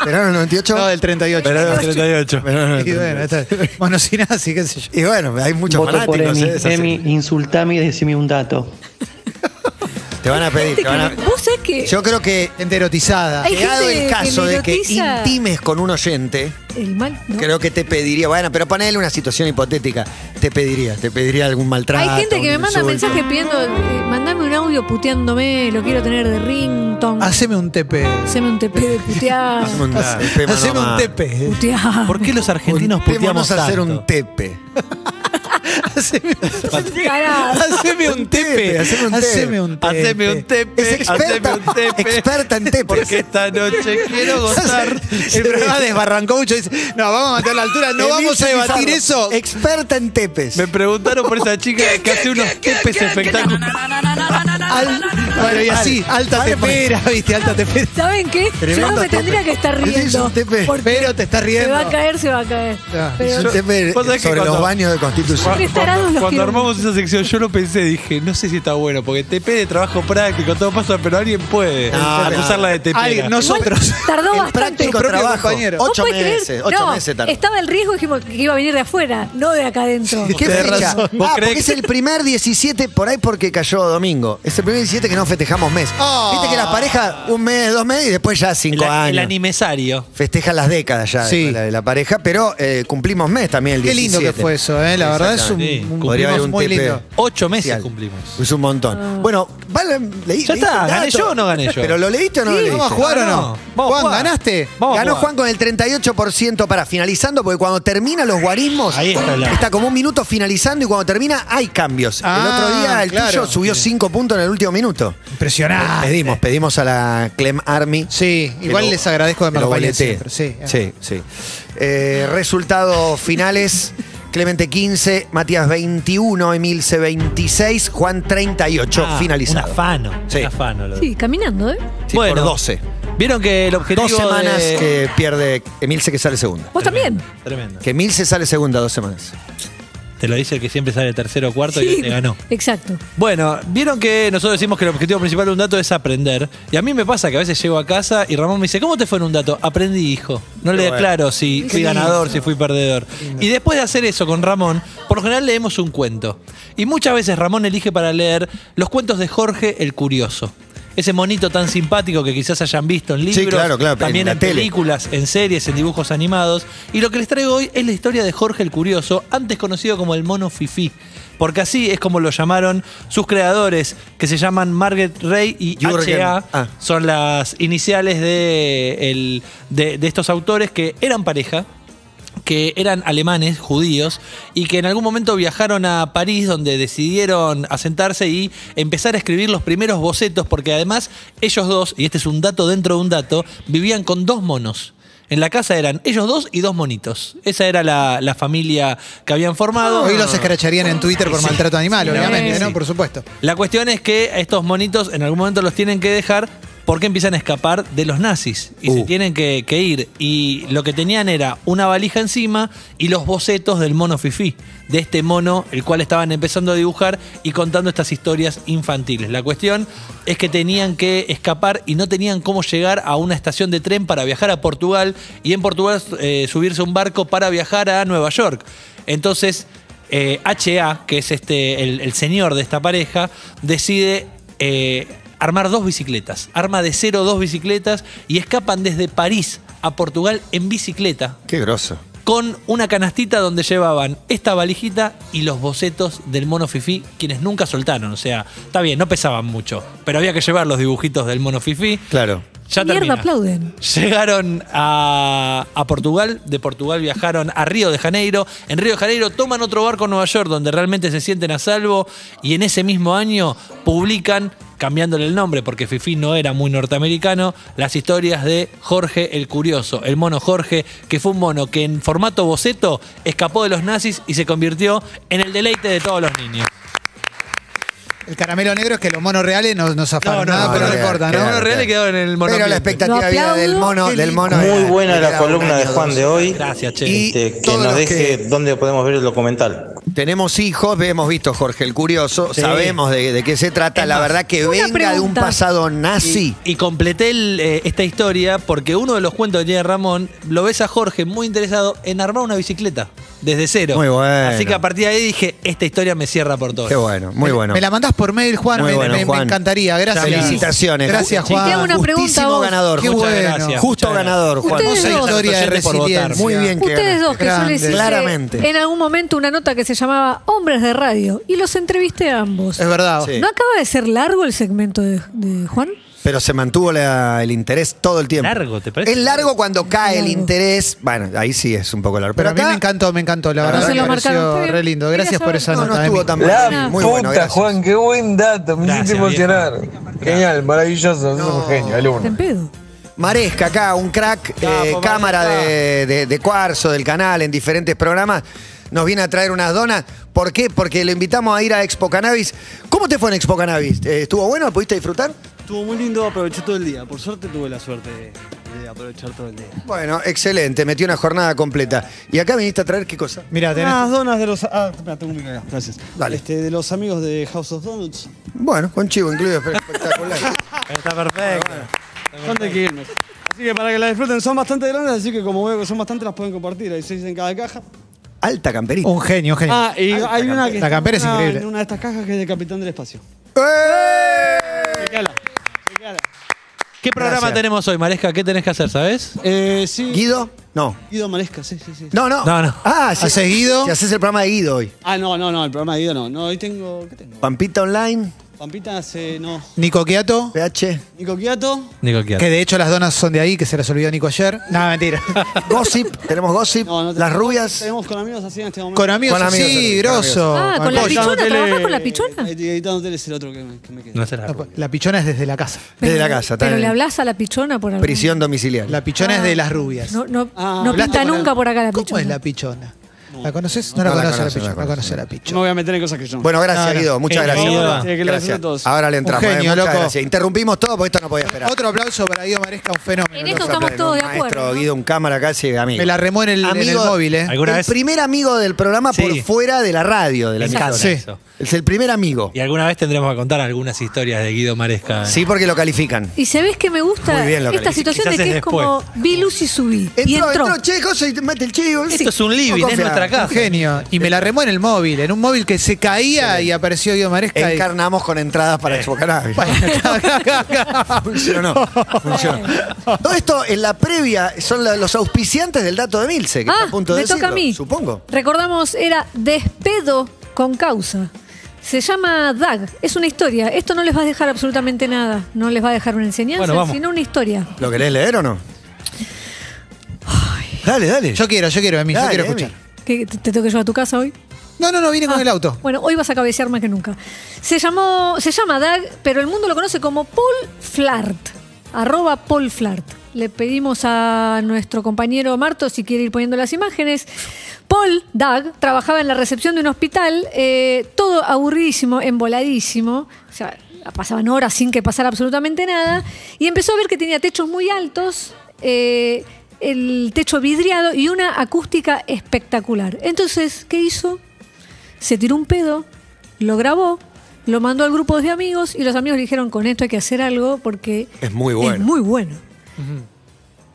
Speaker 3: Verano del 98.
Speaker 2: No, del 38.
Speaker 4: Verano del 38.
Speaker 2: Y bueno, está- Monosinazi, qué sé yo.
Speaker 3: Y bueno, hay muchos fanáticos. eh, de esa serie.
Speaker 11: insultame y decime un dato.
Speaker 3: Te van a pedir, te van a.
Speaker 5: Vos sabés que
Speaker 3: Yo creo que.
Speaker 2: Gente erotizada.
Speaker 5: Hay
Speaker 3: Llegado
Speaker 5: gente
Speaker 3: el
Speaker 5: que
Speaker 3: caso
Speaker 5: me
Speaker 3: de que
Speaker 5: erotiza.
Speaker 3: intimes con un oyente,
Speaker 5: el mal. no.
Speaker 3: creo que te pediría, bueno, pero ponele una situación hipotética, te pediría, te pediría algún maltrato.
Speaker 5: Hay gente que me
Speaker 3: un
Speaker 5: manda
Speaker 3: insulto.
Speaker 5: mensajes pidiendo, eh, mandame un audio puteándome, lo quiero tener de rington.
Speaker 2: Haceme un TP.
Speaker 5: Haceme un TP de
Speaker 3: Ah,
Speaker 5: putear.
Speaker 3: Haceme un, tepe,
Speaker 2: Haceme
Speaker 3: mamá.
Speaker 2: un TP.
Speaker 5: putear.
Speaker 4: ¿Por qué los argentinos
Speaker 3: Juntémonos
Speaker 4: puteamos
Speaker 3: a hacer
Speaker 4: tanto?
Speaker 3: un tepe.
Speaker 2: Haceme,
Speaker 5: Pará.
Speaker 2: haceme un tepe.
Speaker 3: Haceme un tepe.
Speaker 2: Haceme un tepe.
Speaker 4: Haceme un tepe.
Speaker 3: Es experta,
Speaker 4: Haceme un tepe.
Speaker 3: experta en tepes.
Speaker 4: Porque esta noche quiero gozar.
Speaker 2: El programa desbarrancó mucho. Dice, no, vamos a mantener la altura. No vamos a
Speaker 3: Emilce
Speaker 2: debatir
Speaker 3: Pizarro,
Speaker 2: eso.
Speaker 3: Experta en tepes.
Speaker 4: Me preguntaron por esa chica que hace unos tepes espectaculares.
Speaker 2: Al- bueno, y así, alta
Speaker 3: Vale,
Speaker 2: tepera, viste, alta tepera.
Speaker 5: ¿Saben qué? Yo no
Speaker 3: Tremendo
Speaker 5: me tendría
Speaker 3: tepe.
Speaker 5: que estar
Speaker 3: Yo te hice
Speaker 5: riendo.
Speaker 3: un tepe.
Speaker 2: Pero te estás
Speaker 5: Se va a
Speaker 2: riendo.
Speaker 5: caer, se va a caer.
Speaker 3: Hizo
Speaker 5: Pero
Speaker 3: un tepe
Speaker 4: Vos
Speaker 3: sobre
Speaker 4: sabés que
Speaker 3: los
Speaker 4: cuando-
Speaker 3: baños de Constitución.
Speaker 5: Tres tarados los
Speaker 4: Cuando
Speaker 5: quiero.
Speaker 4: armamos esa sección, yo lo pensé, dije, no sé si está bueno, porque TP de trabajo práctico, todo pasa, pero alguien puede
Speaker 3: Ah,
Speaker 4: acusarla de TP.
Speaker 2: Alguien, nosotros.
Speaker 5: Tardó
Speaker 3: El
Speaker 5: bastante.
Speaker 3: práctico
Speaker 2: Tu propio
Speaker 3: trabajo.
Speaker 2: compañero.
Speaker 5: ¿Vos
Speaker 3: Ocho
Speaker 5: podés creer?
Speaker 3: meses. Ocho
Speaker 5: No,
Speaker 3: meses tardó.
Speaker 5: Estaba el riesgo dijimos que iba a venir de afuera, no de acá adentro.
Speaker 3: ¿Qué
Speaker 4: Tenés
Speaker 3: fecha?
Speaker 4: razón.
Speaker 3: Ah,
Speaker 4: ¿Vos
Speaker 3: porque
Speaker 4: creés
Speaker 3: es
Speaker 4: que-
Speaker 3: el primer 17, por ahí porque cayó domingo. Es el primer 17 que no festejamos mes.
Speaker 2: Ah.
Speaker 3: Viste que las parejas, un mes, dos meses y después ya
Speaker 4: El,
Speaker 3: cinco años.
Speaker 4: el animesario.
Speaker 3: Festejan las décadas ya
Speaker 2: Sí.
Speaker 3: de, la, de la pareja, pero eh, cumplimos mes también el
Speaker 2: Qué lindo
Speaker 3: 17.
Speaker 2: que fue eso, ¿eh? La verdad es un,
Speaker 4: Sí.
Speaker 2: un-
Speaker 3: Podría haber un
Speaker 2: muy
Speaker 3: TP.
Speaker 2: lindo.
Speaker 4: Ocho meses
Speaker 3: Oficial.
Speaker 4: cumplimos.
Speaker 3: Es un montón. Bueno, vale, leí-
Speaker 4: Ya
Speaker 3: leíste
Speaker 4: está,
Speaker 3: el
Speaker 4: ¿gané
Speaker 3: dato.
Speaker 4: yo o no gané yo?
Speaker 3: ¿Pero lo leíste o no lo leíste?
Speaker 2: ¿Vamos a jugar o no?
Speaker 4: Vamos a
Speaker 2: Juan,
Speaker 4: jugar.
Speaker 2: ¿ganaste?
Speaker 4: Vamos a
Speaker 3: Ganó
Speaker 4: jugar.
Speaker 3: Juan con el 38% para finalizando, porque cuando termina los guarismos,
Speaker 4: Ahí está la-
Speaker 3: está como un minuto finalizando y cuando termina hay cambios. el
Speaker 2: Ah,
Speaker 3: otro día el
Speaker 2: claro.
Speaker 3: tuyo subió 5 puntos en el último minuto.
Speaker 2: Impresionante.
Speaker 3: Pedimos, pedimos a la Clem Army.
Speaker 2: Sí,
Speaker 3: que
Speaker 2: igual
Speaker 3: lo-
Speaker 2: les agradezco de
Speaker 3: que lo
Speaker 2: acompañen
Speaker 3: boletee.
Speaker 2: siempre, Sí,
Speaker 3: sí. sí. Eh, resultados finales. Clemente 15, Matías 21, Emilce 26, Juan 38,
Speaker 4: Ah,
Speaker 3: finalizado.
Speaker 4: Un afano.
Speaker 3: Sí.
Speaker 4: Un afano. lo-
Speaker 5: Sí, caminando, ¿eh?
Speaker 3: Sí, por 12.
Speaker 4: Vieron que el objetivo.
Speaker 3: Dos semanas
Speaker 4: de-
Speaker 3: que pierde Emilce que sale segunda.
Speaker 5: ¿Vos también?
Speaker 4: Tremendo.
Speaker 3: Que Emilce sale segunda dos semanas.
Speaker 4: Te lo dice el que siempre sale tercero o cuarto y te ganó.
Speaker 5: Exacto.
Speaker 4: Bueno, vieron que nosotros decimos que el objetivo principal de un dato es aprender. Y a mí me pasa que a veces llego a casa y Ramón me dice, ¿cómo te fue en un dato? Aprendí, hijo. No le aclaro si fui ganador, si fui perdedor. Y después de hacer eso con Ramón, por lo general leemos un cuento. Y muchas veces Ramón elige para leer los cuentos de Jorge el Curioso. Ese monito tan simpático que quizás hayan visto en libros,
Speaker 3: claro, claro, en
Speaker 4: también
Speaker 3: la
Speaker 4: en,
Speaker 3: tele.
Speaker 4: películas, en series, en dibujos animados. Y lo que les traigo hoy es la historia de Jorge el Curioso, antes conocido como el mono Fifi. Porque así es como lo llamaron sus creadores, que se llaman Margaret Ray y
Speaker 3: Jürgen.
Speaker 4: H.A.
Speaker 3: Ah.
Speaker 4: Son las iniciales de, el- de- de estos autores que eran pareja que eran alemanes, judíos, y que en algún momento viajaron a París donde decidieron asentarse y empezar a escribir los primeros bocetos, porque además ellos dos, y este es un dato dentro de un dato, vivían con dos monos. En la casa eran ellos dos y dos monitos. Esa era la, la familia que habían formado.
Speaker 2: Hoy los escracharían en Twitter por maltrato animal,
Speaker 4: Sí, la
Speaker 2: obviamente,
Speaker 4: verdad que
Speaker 2: ¿no?
Speaker 4: sí.
Speaker 2: Por supuesto.
Speaker 4: La cuestión es que a estos monitos en algún momento los tienen que dejar porque empiezan a escapar de los nazis y se
Speaker 3: Uh.
Speaker 4: tienen que, que ir. Y lo que tenían era una valija encima y los bocetos del mono Fifi, de este mono el cual estaban empezando a dibujar y contando estas historias infantiles. La cuestión es que tenían que escapar y no tenían cómo llegar a una estación de tren para viajar a Portugal y en Portugal eh, subirse a un barco para viajar a Nueva York. Entonces eh, HA, que es este, el, el señor de esta pareja, decide eh, armar dos bicicletas. Arma de cero dos bicicletas y escapan desde París a Portugal en bicicleta
Speaker 3: Qué grosso.
Speaker 4: con una canastita donde llevaban esta valijita y los bocetos del mono Fifi, quienes nunca soltaron. O sea, está bien, no pesaban mucho, pero había que llevar los dibujitos del mono Fifi.
Speaker 3: Claro.
Speaker 4: Ya
Speaker 5: Mierda,
Speaker 4: termina.
Speaker 5: aplauden.
Speaker 4: Llegaron a, a Portugal, de Portugal viajaron a Río de Janeiro, en Río de Janeiro toman otro barco a Nueva York donde realmente se sienten a salvo y en ese mismo año publican, cambiándole el nombre porque Fifi no era muy norteamericano, las historias de Jorge el Curioso, el mono Jorge, que fue un mono que en formato boceto escapó de los nazis y se convirtió en el deleite de todos los niños.
Speaker 2: El caramelo negro es que los monos reales no, no zafaron
Speaker 4: No, no,
Speaker 2: nada,
Speaker 4: no,
Speaker 2: Ah, pero
Speaker 4: no,
Speaker 2: no importa,
Speaker 4: El
Speaker 3: Claro,
Speaker 4: mono
Speaker 2: ¿no?
Speaker 3: claro.
Speaker 4: real quedó en el mono.
Speaker 3: Pero la
Speaker 4: ambiente.
Speaker 3: expectativa
Speaker 5: Lo
Speaker 3: vida del
Speaker 5: aplaudo.
Speaker 3: mono, del mono
Speaker 11: Muy
Speaker 3: era-
Speaker 11: buena
Speaker 3: era
Speaker 11: la
Speaker 3: un
Speaker 11: columna de
Speaker 3: año,
Speaker 11: Juan
Speaker 3: dos.
Speaker 11: de hoy.
Speaker 4: Gracias, che.
Speaker 3: Y
Speaker 11: Este, que
Speaker 3: todos
Speaker 11: nos
Speaker 3: los
Speaker 11: deje
Speaker 3: que-
Speaker 11: dónde podemos ver el documental.
Speaker 3: Tenemos hijos, hemos visto Jorge el Curioso,
Speaker 4: Sí.
Speaker 3: sabemos de, de qué se trata.
Speaker 4: Es
Speaker 3: la
Speaker 4: más,
Speaker 3: verdad que
Speaker 5: una
Speaker 3: venga de un
Speaker 5: pregunta.
Speaker 3: pasado nazi.
Speaker 4: Y completé el, eh, esta historia porque uno de los cuentos que tiene Ramón lo ves a Jorge muy interesado en armar una bicicleta desde cero.
Speaker 3: Muy bueno.
Speaker 4: Así que a partir de ahí dije, esta historia me cierra por todo.
Speaker 3: Qué bueno, muy bueno.
Speaker 2: Me la mandás por mail, Juan,
Speaker 3: Muy
Speaker 2: me,
Speaker 3: bueno,
Speaker 2: me- me
Speaker 3: Juan.
Speaker 2: encantaría. Gracias.
Speaker 3: Felicitaciones.
Speaker 2: Gracias,
Speaker 3: Ju-
Speaker 2: Juan.
Speaker 5: Te hago una pregunta
Speaker 3: Justísimo
Speaker 5: a vos.
Speaker 3: ganador.
Speaker 2: Qué
Speaker 3: Juan.
Speaker 4: Muchas
Speaker 2: bueno.
Speaker 4: gracias.
Speaker 3: Justo
Speaker 4: muchas
Speaker 3: ganador, Juan.
Speaker 5: Ustedes
Speaker 2: Hermosa
Speaker 5: dos.
Speaker 2: historia de
Speaker 4: Oyentes por
Speaker 2: resiliencia.
Speaker 4: votar.
Speaker 3: Muy bien que
Speaker 5: Ustedes dos, que yo les hice
Speaker 3: Claramente.
Speaker 5: en algún momento una nota que se llamaba Hombres de Radio y los entrevisté a ambos.
Speaker 2: Es verdad.
Speaker 3: Sí.
Speaker 5: ¿No acaba de ser largo el segmento de, de Juan?
Speaker 3: Pero se mantuvo la- el interés todo el tiempo.
Speaker 4: Largo, ¿te parece?
Speaker 3: Es largo cuando cae el interés. Bueno, ahí sí es un poco largo. Pero,
Speaker 2: Pero a mí
Speaker 3: acá
Speaker 2: me encantó, me encantó, la
Speaker 3: No
Speaker 2: verdad
Speaker 3: se
Speaker 2: me
Speaker 3: lo
Speaker 5: marcaron.
Speaker 2: pareció re lindo. Gracias por esa
Speaker 3: no, no
Speaker 2: nota.
Speaker 3: estuvo
Speaker 2: Emi.
Speaker 3: tan
Speaker 7: La
Speaker 3: mal. Muy
Speaker 7: puta,
Speaker 3: bueno, gracias.
Speaker 7: Juan, qué buen dato. Me
Speaker 4: Gracias,
Speaker 7: hiciste emocionar. Genial, maravilloso. Sos
Speaker 3: No.
Speaker 7: un genio,
Speaker 5: Está
Speaker 7: alumno.
Speaker 5: en pedo.
Speaker 3: Maresca acá, un crack, eh,
Speaker 4: Marco,
Speaker 3: cámara
Speaker 4: está.
Speaker 3: de, de- de cuarzo del canal en diferentes programas. Nos viene a traer unas donas. ¿Por qué? Porque lo invitamos a ir a Expo Cannabis. ¿Cómo te fue en Expo Cannabis? Eh, ¿Estuvo bueno? ¿Pudiste disfrutar?
Speaker 12: Estuvo muy lindo, aproveché todo el día. Por suerte tuve la suerte de, de aprovechar todo el día.
Speaker 3: Bueno, excelente. Metí una jornada completa. ¿Y acá viniste a traer qué cosa?
Speaker 2: Mirá, tenés-
Speaker 12: Unas donas de los. Ah, espera, tengo un micro acá. Gracias.
Speaker 3: Dale.
Speaker 12: Este, de los amigos de House of Donuts.
Speaker 3: Bueno, con chivo incluido. Espectacular.
Speaker 4: Está perfecto.
Speaker 12: ¿Dónde hay que irnos? Así que para que la disfruten, son bastante grandes, así que como veo que son bastante, las pueden compartir. Hay seis en cada caja.
Speaker 3: Alta camperita.
Speaker 2: Un genio, un genio.
Speaker 12: Ah, y hay una que.
Speaker 2: La campera es
Speaker 12: está en una-
Speaker 2: increíble.
Speaker 12: En una de estas cajas que es de Capitán del Espacio.
Speaker 4: Oh.
Speaker 3: ¡Eh!
Speaker 12: Chequeala. Chequeala.
Speaker 4: ¿Qué programa
Speaker 3: Gracias.
Speaker 4: tenemos hoy, Maresca? ¿Qué tenés que hacer, sabes?
Speaker 12: Eh, sí.
Speaker 3: ¿Guido? No.
Speaker 12: Guido Maresca, sí, sí, sí.
Speaker 3: No, no.
Speaker 4: No, no.
Speaker 3: Ah, si
Speaker 2: ¿Haces Guido?
Speaker 3: Si haces el programa de Guido hoy.
Speaker 12: Ah, no, no, no, el programa de Guido no. No, hoy tengo. ¿Qué tengo?
Speaker 3: Pampita Online,
Speaker 12: Pampita hace. No.
Speaker 2: Nico Quiato,
Speaker 3: PH.
Speaker 12: Nico Quiato.
Speaker 4: Nico Chiaro.
Speaker 2: que de hecho las donas son de ahí, que se las olvidó Nico ayer. No, mentira.
Speaker 3: Gossip. Tenemos Gossip.
Speaker 12: No, no
Speaker 3: Las
Speaker 12: tenemos-
Speaker 3: rubias.
Speaker 12: Tenemos con amigos así en este momento.
Speaker 2: con amigos,
Speaker 3: Con amigos,
Speaker 2: sí,
Speaker 3: con
Speaker 2: grosso.
Speaker 5: Ah, con la
Speaker 2: Goya.
Speaker 5: pichona,
Speaker 12: Editando
Speaker 5: ¿trabajás con la
Speaker 12: tele-
Speaker 5: pichona?
Speaker 12: Ed- Editando tele es el otro que me, que me queda.
Speaker 4: No será.
Speaker 2: pues, La pichona es desde la casa.
Speaker 3: Desde la casa. está
Speaker 5: Pero
Speaker 3: en
Speaker 5: le hablas a la pichona por algo.
Speaker 3: Prisión domiciliaria.
Speaker 2: La pichona es de las rubias.
Speaker 5: Ah. No, no,
Speaker 12: Ah.
Speaker 5: no
Speaker 2: ¿Hablaste con
Speaker 5: pinta nunca
Speaker 2: la-
Speaker 5: por acá la
Speaker 2: ¿Cómo
Speaker 5: pichona.
Speaker 2: es la pichona? ¿La conoces? No, la conoce la pichona. No conoce la
Speaker 12: No me
Speaker 2: pichona.
Speaker 12: voy a meter en cosas que yo no.
Speaker 3: Bueno, gracias,
Speaker 2: No, no.
Speaker 3: Guido. Muchas
Speaker 4: Eh,
Speaker 3: gracias.
Speaker 4: Guido,
Speaker 3: Gracias.
Speaker 12: tiene que lo disfrutar todos.
Speaker 3: Ahora le entramos.
Speaker 2: Un
Speaker 3: eh,
Speaker 2: genio,
Speaker 3: muchas
Speaker 2: loco.
Speaker 3: gracias. Interrumpimos todo porque esto no podía esperar.
Speaker 2: Otro aplauso para Guido Maresca, un fenómeno.
Speaker 5: En esto
Speaker 3: Los
Speaker 5: estamos
Speaker 3: aplausos,
Speaker 5: todos de
Speaker 3: un maestro,
Speaker 5: acuerdo, ¿no?
Speaker 3: Guido, un cámara casi, amigo.
Speaker 2: Me la remó en el, en el
Speaker 3: Amigo,
Speaker 2: móvil, ¿eh?
Speaker 4: ¿Alguna
Speaker 3: el
Speaker 4: vez?
Speaker 3: primer amigo del programa
Speaker 4: Sí.
Speaker 3: por fuera de la radio, de la
Speaker 4: Me encanta
Speaker 3: emisora.
Speaker 4: eso.
Speaker 3: Es el primer amigo.
Speaker 4: pues. Y alguna vez tendremos que contar algunas historias de Guido Maresca.
Speaker 3: Sí, porque lo califican.
Speaker 5: Y se ves que me gusta
Speaker 3: Muy bien, lo
Speaker 5: esta
Speaker 3: califico.
Speaker 5: situación de
Speaker 4: Quizás
Speaker 5: que es
Speaker 4: es
Speaker 5: como vi luz y subí. y
Speaker 3: Entró,
Speaker 5: entró.
Speaker 3: entró, che, cosa, y mete el chivo.
Speaker 4: Esto es un living, es nuestra
Speaker 2: Un
Speaker 4: casa.
Speaker 2: genio. Y me la remó en el móvil, en un móvil que se caía y apareció Guido Maresca. y-
Speaker 3: Encarnamos con entradas para Expo Cannabis. Funcionó, funcionó. Todo esto en la previa son la- los auspiciantes del dato de Milce, que está
Speaker 5: Ah,
Speaker 3: a punto de
Speaker 5: me toca a
Speaker 3: decirlo,
Speaker 5: mí.
Speaker 3: Supongo.
Speaker 5: Recordamos, era Despedo con causa. Se llama DAG, es una historia. Esto no les va a dejar absolutamente nada. No les va a dejar una enseñanza,
Speaker 4: Bueno, vamos.
Speaker 5: sino una historia.
Speaker 3: ¿Lo querés leer o no? Dale, dale.
Speaker 2: Yo quiero, yo quiero, Emi, yo
Speaker 3: Dale,
Speaker 2: quiero
Speaker 3: Emi.
Speaker 2: escuchar.
Speaker 5: ¿Qué, te, te tengo que llevar a tu casa hoy?
Speaker 2: No, no, no, vine
Speaker 5: Ah.
Speaker 2: con el auto.
Speaker 5: Bueno, hoy vas a cabecear más que nunca. Se llamó, se llama Dag, pero el mundo lo conoce como Paul Flart. Arroba Paul Flart. Le pedimos a nuestro compañero Marto si quiere ir poniendo las imágenes. Paul Dag trabajaba en la recepción de un hospital, eh, todo aburridísimo, emboladísimo. O sea, pasaban horas sin que pasara absolutamente nada. Y empezó a ver que tenía techos muy altos. eh, el techo vidriado y una acústica espectacular. Entonces, ¿qué hizo? se tiró un pedo, lo grabó, lo mandó al grupo de amigos y los amigos le dijeron, con esto hay que hacer algo porque
Speaker 3: Es muy bueno.
Speaker 5: es muy bueno.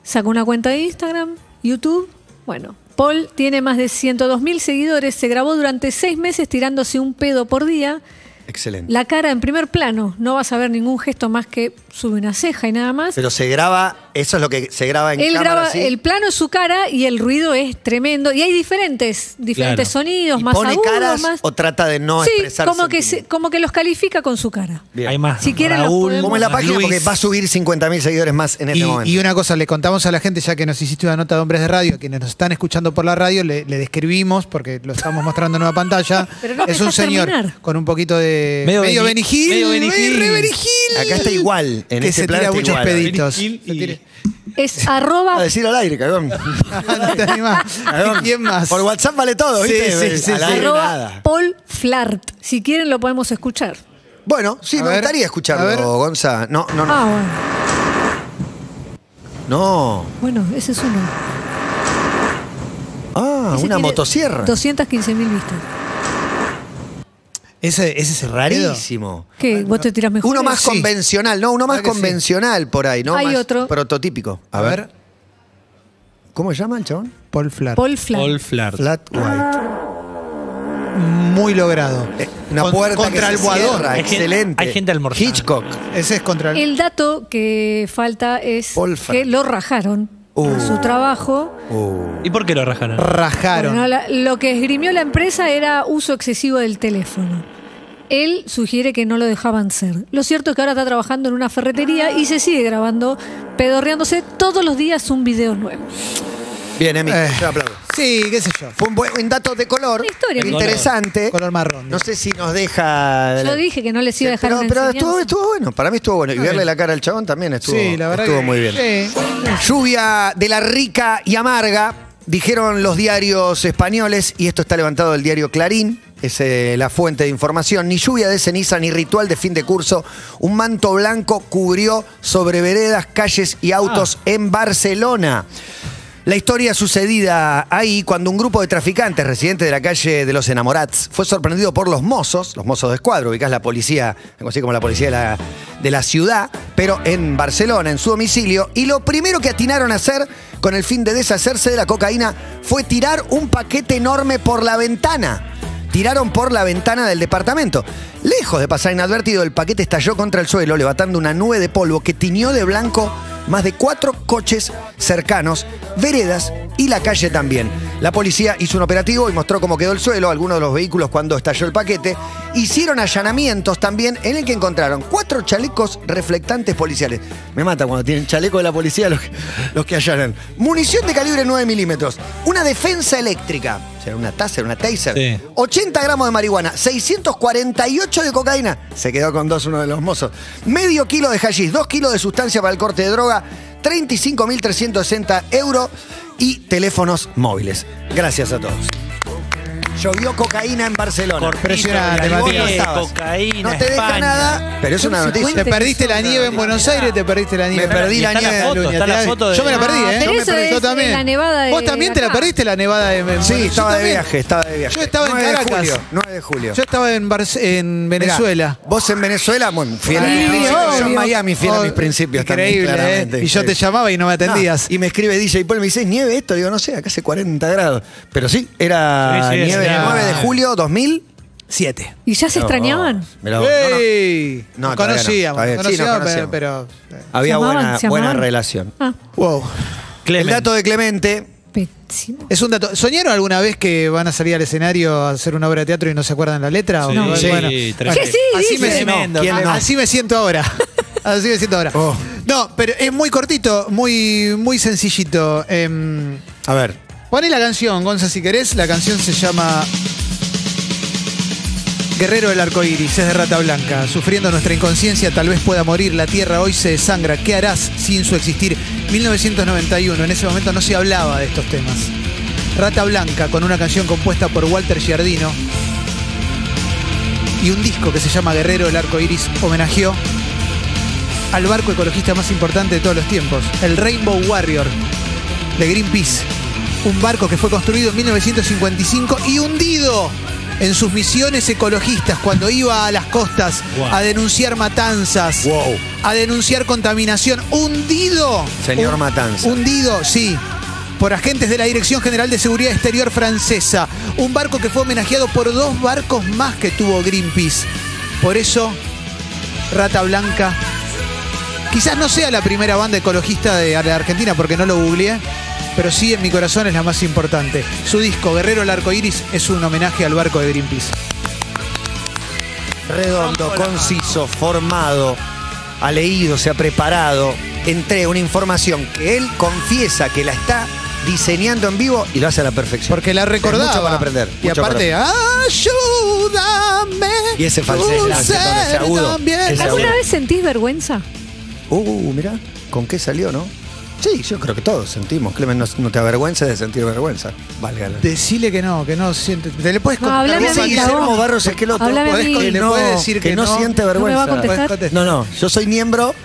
Speaker 5: Sacó una cuenta de Instagram, YouTube, bueno. Paul tiene más de 102 mil seguidores, se grabó durante seis meses tirándose un pedo por día,
Speaker 3: Excelente.
Speaker 5: la cara en primer plano, no vas a ver ningún gesto más que sube una ceja y nada más.
Speaker 3: Pero se graba, eso es lo que se graba en
Speaker 5: Él
Speaker 3: cámara,
Speaker 5: graba,
Speaker 3: ¿sí?
Speaker 5: el plano es su cara y el ruido es tremendo. Y hay diferentes, diferentes
Speaker 4: Claro.
Speaker 5: sonidos,
Speaker 3: ¿Y
Speaker 5: más
Speaker 3: pone
Speaker 5: agudos,
Speaker 3: caras
Speaker 5: más...
Speaker 3: o trata de no
Speaker 5: sí,
Speaker 3: expresar
Speaker 5: como que, se-
Speaker 3: sentimientos?
Speaker 5: como que los califica con su cara.
Speaker 3: Bien.
Speaker 4: Hay más.
Speaker 5: Si quieren los
Speaker 4: Raúl,
Speaker 5: podemos-
Speaker 3: ¿Cómo es la
Speaker 4: más
Speaker 3: página?
Speaker 4: Luis.
Speaker 3: Porque va a subir 50.000 seguidores más en este
Speaker 2: Y,
Speaker 3: momento.
Speaker 2: y una cosa, le contamos a la gente, ya que nos hiciste una nota de hombres de radio, a quienes nos están escuchando por la radio, le, le describimos, porque lo estamos mostrando en una pantalla.
Speaker 5: Pero no
Speaker 2: es un
Speaker 5: dejas
Speaker 2: señor
Speaker 5: terminar.
Speaker 2: con un poquito de.
Speaker 4: Medio Beni-
Speaker 2: Benny Hill,
Speaker 4: medio
Speaker 2: Medio
Speaker 4: Benny Hill.
Speaker 2: re Benny Hill.
Speaker 3: Acá está igual, en
Speaker 2: que
Speaker 3: este
Speaker 2: se
Speaker 3: plano
Speaker 2: tira
Speaker 3: está
Speaker 2: muchos
Speaker 3: igual.
Speaker 2: peditos.
Speaker 4: Benny Hill
Speaker 2: Se
Speaker 4: y-
Speaker 2: tira-
Speaker 5: Es arroba
Speaker 3: A decir al aire, cagón.
Speaker 2: No te animás.
Speaker 3: Cagón.
Speaker 2: ¿Y ¿Quién más?
Speaker 3: Por WhatsApp vale todo,
Speaker 2: Sí,
Speaker 3: ¿viste?
Speaker 2: sí, sí,
Speaker 3: Al
Speaker 2: sí.
Speaker 3: aire
Speaker 5: arroba
Speaker 3: nada.
Speaker 5: Paul Flart. Si quieren lo podemos escuchar.
Speaker 3: Bueno, sí,
Speaker 2: A
Speaker 3: me
Speaker 2: ver,
Speaker 3: gustaría
Speaker 2: a ver.
Speaker 3: escucharlo, Gonza. No, no, no.
Speaker 5: Ah,
Speaker 3: No.
Speaker 5: bueno, bueno, ese es uno.
Speaker 3: Ah,
Speaker 5: Ese
Speaker 3: una
Speaker 5: tiene
Speaker 3: motosierra.
Speaker 5: 215 mil vistas.
Speaker 2: Ese, ese es el rarísimo.
Speaker 3: Rarísimo.
Speaker 5: ¿Qué? ¿Vos te tirás mejor?
Speaker 3: Uno más
Speaker 2: Sí.
Speaker 3: convencional, no, uno más
Speaker 2: Claro que sí.
Speaker 3: convencional por ahí, ¿no?
Speaker 5: Hay
Speaker 3: Más
Speaker 5: otro.
Speaker 3: Prototípico.
Speaker 2: A ver,
Speaker 3: ¿Cómo se llama el chabón?
Speaker 2: Paul Flat.
Speaker 5: Paul Flart.
Speaker 4: Paul Flart.
Speaker 3: Flat White.
Speaker 2: Muy logrado.
Speaker 3: Eh, Una
Speaker 2: Con-
Speaker 3: puerta
Speaker 2: contra
Speaker 3: que
Speaker 2: el
Speaker 3: se cierra,
Speaker 2: Guadón.
Speaker 4: Hay gente-
Speaker 3: excelente.
Speaker 4: hay gente almorzando.
Speaker 3: Hitchcock.
Speaker 2: Ese es contra el.
Speaker 5: El dato que falta es
Speaker 3: Paul Flart.
Speaker 5: que lo rajaron
Speaker 3: Uh.
Speaker 5: por su trabajo.
Speaker 4: ¿Y por qué lo rajaron?
Speaker 2: rajaron.
Speaker 5: Bueno, la- lo que esgrimió la empresa era uso excesivo del teléfono. él sugiere que no lo dejaban ser. Lo cierto es que ahora está trabajando en una ferretería y se sigue grabando, pedorreándose todos los días un video nuevo.
Speaker 3: Bien, Emi,
Speaker 2: Eh.
Speaker 3: te aplaudo.
Speaker 2: Sí, qué sé yo.
Speaker 3: Fue un buen un dato de color.
Speaker 5: historia, mi
Speaker 3: interesante.
Speaker 2: Color marrón.
Speaker 3: No sé si nos deja.
Speaker 5: Yo dije que no les iba a dejar
Speaker 3: pero
Speaker 5: una
Speaker 3: pero estuvo,
Speaker 5: enseñanza.
Speaker 3: estuvo bueno, para mí estuvo bueno. Y verle la cara al chabón también estuvo,
Speaker 2: sí, la verdad.
Speaker 3: estuvo
Speaker 2: que-
Speaker 3: muy bien.
Speaker 2: Sí.
Speaker 3: Lluvia de la rica y amarga, dijeron los diarios españoles, y esto está levantado del diario Clarín, es eh, la fuente de información. Ni lluvia de ceniza ni ritual de fin de curso. Un manto blanco cubrió sobre veredas, calles y autos en Barcelona. La historia sucedida ahí cuando un grupo de traficantes residentes de la calle de los Enamorats fue sorprendido por los mozos, los mozos de escuadro, ubicás la policía, algo así como la policía de la, de la ciudad, pero en Barcelona, en su domicilio, y lo primero que atinaron a hacer con el fin de deshacerse de la cocaína fue tirar un paquete enorme por la ventana. Tiraron por la ventana del departamento. Lejos de pasar inadvertido, el paquete estalló contra el suelo, levantando una nube de polvo que tiñó de blanco más de cuatro coches cercanos, veredas y la calle también. La policía hizo un operativo y mostró cómo quedó el suelo, algunos de los vehículos cuando estalló el paquete. Hicieron allanamientos también en el que encontraron cuatro chalecos reflectantes policiales. Me mata cuando tienen chaleco de la policía los que, los que allanan. Munición de calibre 9 milímetros. Una defensa eléctrica. ¿Será una taser, una taser?
Speaker 4: Sí.
Speaker 3: 80 gramos de marihuana, 648 de cocaína, se quedó con dos uno de los mozos, medio kilo de hashish, dos kilos de sustancia para el corte de droga, 35.360 euros y teléfonos móviles. Gracias a todos. Llovió cocaína en Barcelona.
Speaker 2: Impresionante,
Speaker 3: Y vos no
Speaker 2: Matías.
Speaker 3: estabas.
Speaker 4: Cocaína,
Speaker 3: No te deja
Speaker 4: España.
Speaker 3: nada, pero es una noticia.
Speaker 2: Te perdiste la nieve en Buenos Aires, te perdiste la nieve.
Speaker 3: Me perdí
Speaker 4: Y
Speaker 3: la
Speaker 4: está
Speaker 3: nieve de
Speaker 4: la foto,
Speaker 2: Cataluña,
Speaker 4: está la
Speaker 2: te la-
Speaker 4: foto de...
Speaker 2: Yo me la perdí,
Speaker 5: Ah,
Speaker 2: ¿eh?
Speaker 5: pero
Speaker 2: Yo me
Speaker 5: eso
Speaker 2: perdí, yo
Speaker 5: es de
Speaker 2: también.
Speaker 5: la nevada de
Speaker 2: Vos también te la
Speaker 5: acá.
Speaker 2: perdiste la nevada de en-
Speaker 3: Sí,
Speaker 2: yo
Speaker 3: estaba de
Speaker 2: también.
Speaker 3: viaje, estaba de viaje.
Speaker 2: Yo estaba en
Speaker 3: 9 de julio,
Speaker 2: Caracas.
Speaker 3: 9 de julio.
Speaker 2: Yo estaba en, Barce- en
Speaker 3: Mirá,
Speaker 2: Venezuela. Ah,
Speaker 3: vos en Venezuela, bueno, fiel a
Speaker 2: Sí,
Speaker 3: mis principios. Yo en
Speaker 2: obvio.
Speaker 3: Miami, fiel a mis principios
Speaker 2: Increíble,
Speaker 3: también, claramente.
Speaker 2: ¿eh? Y yo te llamaba y no me atendías.
Speaker 3: No, y me escribe DJ Paul, me dice, ¿es nieve esto? Digo, no sé, acá hace 40 grados. Pero sí, era
Speaker 4: Sí, sí, es
Speaker 3: nieve el
Speaker 4: nieve.
Speaker 3: 9 de julio 2007.
Speaker 5: ¿Y ya se extrañaban?
Speaker 3: Mirá vos, no, no.
Speaker 2: ¡Ey!
Speaker 3: No,
Speaker 2: Nos
Speaker 3: todavía no,
Speaker 2: conocíamos,
Speaker 3: todavía-
Speaker 2: nos
Speaker 3: sí, nos
Speaker 2: conocíamos,
Speaker 3: conocíamos.
Speaker 2: pero... eh. pero-
Speaker 3: Había
Speaker 5: ¿Se amaban?
Speaker 3: buena,
Speaker 5: ¿Se
Speaker 3: buena
Speaker 5: amaban?
Speaker 3: relación.
Speaker 5: Ah,
Speaker 2: Wow.
Speaker 3: El dato de Clemente,
Speaker 5: pésimo.
Speaker 2: Es un dato. ¿Soñaron alguna vez que van a salir al escenario a hacer una obra de teatro y no se acuerdan la letra?
Speaker 4: Sí,
Speaker 2: no,
Speaker 4: sí, tremendo.
Speaker 5: Que sí,
Speaker 2: así,
Speaker 5: dice.
Speaker 2: me,
Speaker 4: Tremendo,
Speaker 2: ¿quién
Speaker 4: ¿quién
Speaker 2: no?
Speaker 4: no?
Speaker 2: así me siento ahora. Así me siento ahora.
Speaker 3: Oh.
Speaker 2: No, pero es muy cortito, muy, muy sencillito. Em,
Speaker 3: a ver,
Speaker 2: Poné la canción, Gonza, si querés. La canción se llama Guerrero del Arcoíris, es de Rata Blanca. Sufriendo nuestra inconsciencia, tal vez pueda morir. La tierra hoy se desangra. ¿Qué harás sin su existir? 1991. En ese momento no se hablaba de estos temas. Rata Blanca, con una canción compuesta por Walter Giardino. Y un disco que se llama Guerrero del Arcoíris homenajeó al barco ecologista más importante de todos los tiempos, el Rainbow Warrior de Greenpeace. Un barco que fue construido en 1955 y hundido en sus misiones ecologistas cuando iba a las costas
Speaker 4: Wow.
Speaker 2: a denunciar matanzas,
Speaker 3: Wow.
Speaker 2: a denunciar contaminación. Hundido.
Speaker 3: Señor Matanza.
Speaker 2: Hundido, sí. Por agentes de la Dirección General de Seguridad Exterior francesa. Un barco que fue homenajeado por dos barcos más que tuvo Greenpeace. Por eso, Rata Blanca Quizás no sea la primera banda ecologista de la Argentina porque no lo googleé, pero sí en mi corazón es la más importante. Su disco, Guerrero el Arco Iris, es un homenaje al barco de Greenpeace.
Speaker 3: redondo, conciso, formado, ha leído, se ha preparado, entrega una información que él confiesa que la está diseñando en vivo y lo hace a la perfección.
Speaker 2: Porque la recordaba.
Speaker 3: Mucho para aprender,
Speaker 2: Y
Speaker 3: mucho
Speaker 2: aparte, ayúdame.
Speaker 3: Y ese falsete,
Speaker 2: tu
Speaker 3: ese tono, ese
Speaker 2: ser
Speaker 3: agudo,
Speaker 2: también".
Speaker 3: ese
Speaker 5: ¿Alguna vez sentís vergüenza?
Speaker 3: Uh, mirá, ¿con qué salió, no? Sí, yo creo que todos sentimos. Clemen, no, no te avergüences de sentir vergüenza. Válgala.
Speaker 2: Decile que no, que no siente. Te le puedes
Speaker 5: No,
Speaker 2: contar.
Speaker 5: hablame
Speaker 2: vos
Speaker 5: a mí,
Speaker 2: Guillermo
Speaker 5: la voz.
Speaker 3: Guillermo Barros Esqueloto.
Speaker 5: Hablame a
Speaker 3: podés
Speaker 5: mí.
Speaker 3: con-
Speaker 5: Que
Speaker 2: le
Speaker 3: no,
Speaker 2: puede decir
Speaker 3: que
Speaker 2: que
Speaker 3: no
Speaker 2: no.
Speaker 3: siente
Speaker 2: No me
Speaker 5: va
Speaker 3: vergüenza.
Speaker 5: a contestar.
Speaker 2: contestar.
Speaker 3: No, no, yo soy miembro,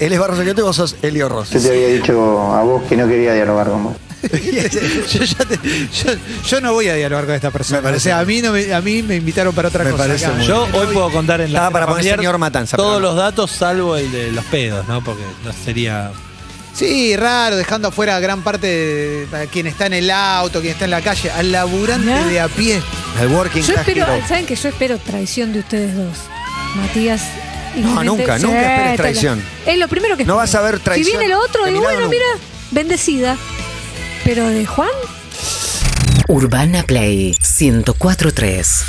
Speaker 3: él es Barros Esqueloto y vos sos Elio Ross.
Speaker 13: Yo te había dicho a vos que no quería dialogar con vos.
Speaker 2: yo, ya te- yo- yo no voy a dialogar con esta persona.
Speaker 3: Me parece
Speaker 2: o sea, a mí, no me, a mí me invitaron para otra
Speaker 3: Me
Speaker 2: cosa.
Speaker 3: parece
Speaker 2: acá.
Speaker 3: muy
Speaker 4: Yo hoy puedo contar en la
Speaker 3: Estaba para
Speaker 4: cena
Speaker 3: poner señor Matanza,
Speaker 4: todos
Speaker 3: pero no.
Speaker 4: los datos salvo el de los pedos, ¿no? Porque no sería...
Speaker 2: Sí, raro, dejando afuera a gran parte de a quien está en el auto, quien está en la calle, al laburante
Speaker 5: Mirá.
Speaker 2: de a pie.
Speaker 3: El working
Speaker 5: Yo
Speaker 3: class
Speaker 5: espero,
Speaker 3: hero.
Speaker 5: saben que yo espero traición de ustedes dos. Matías y
Speaker 3: No,
Speaker 5: Clemente.
Speaker 3: nunca,
Speaker 5: Sí,
Speaker 3: nunca esperes
Speaker 5: te lo-
Speaker 3: traición.
Speaker 5: Es lo primero que
Speaker 3: No
Speaker 5: espero.
Speaker 3: vas a ver traición
Speaker 5: Si viene lo otro,
Speaker 3: de
Speaker 5: digo,
Speaker 3: mi lado
Speaker 5: bueno,
Speaker 3: nunca.
Speaker 5: mira, bendecida. Pero de Juan,
Speaker 14: Urbana Play 1043.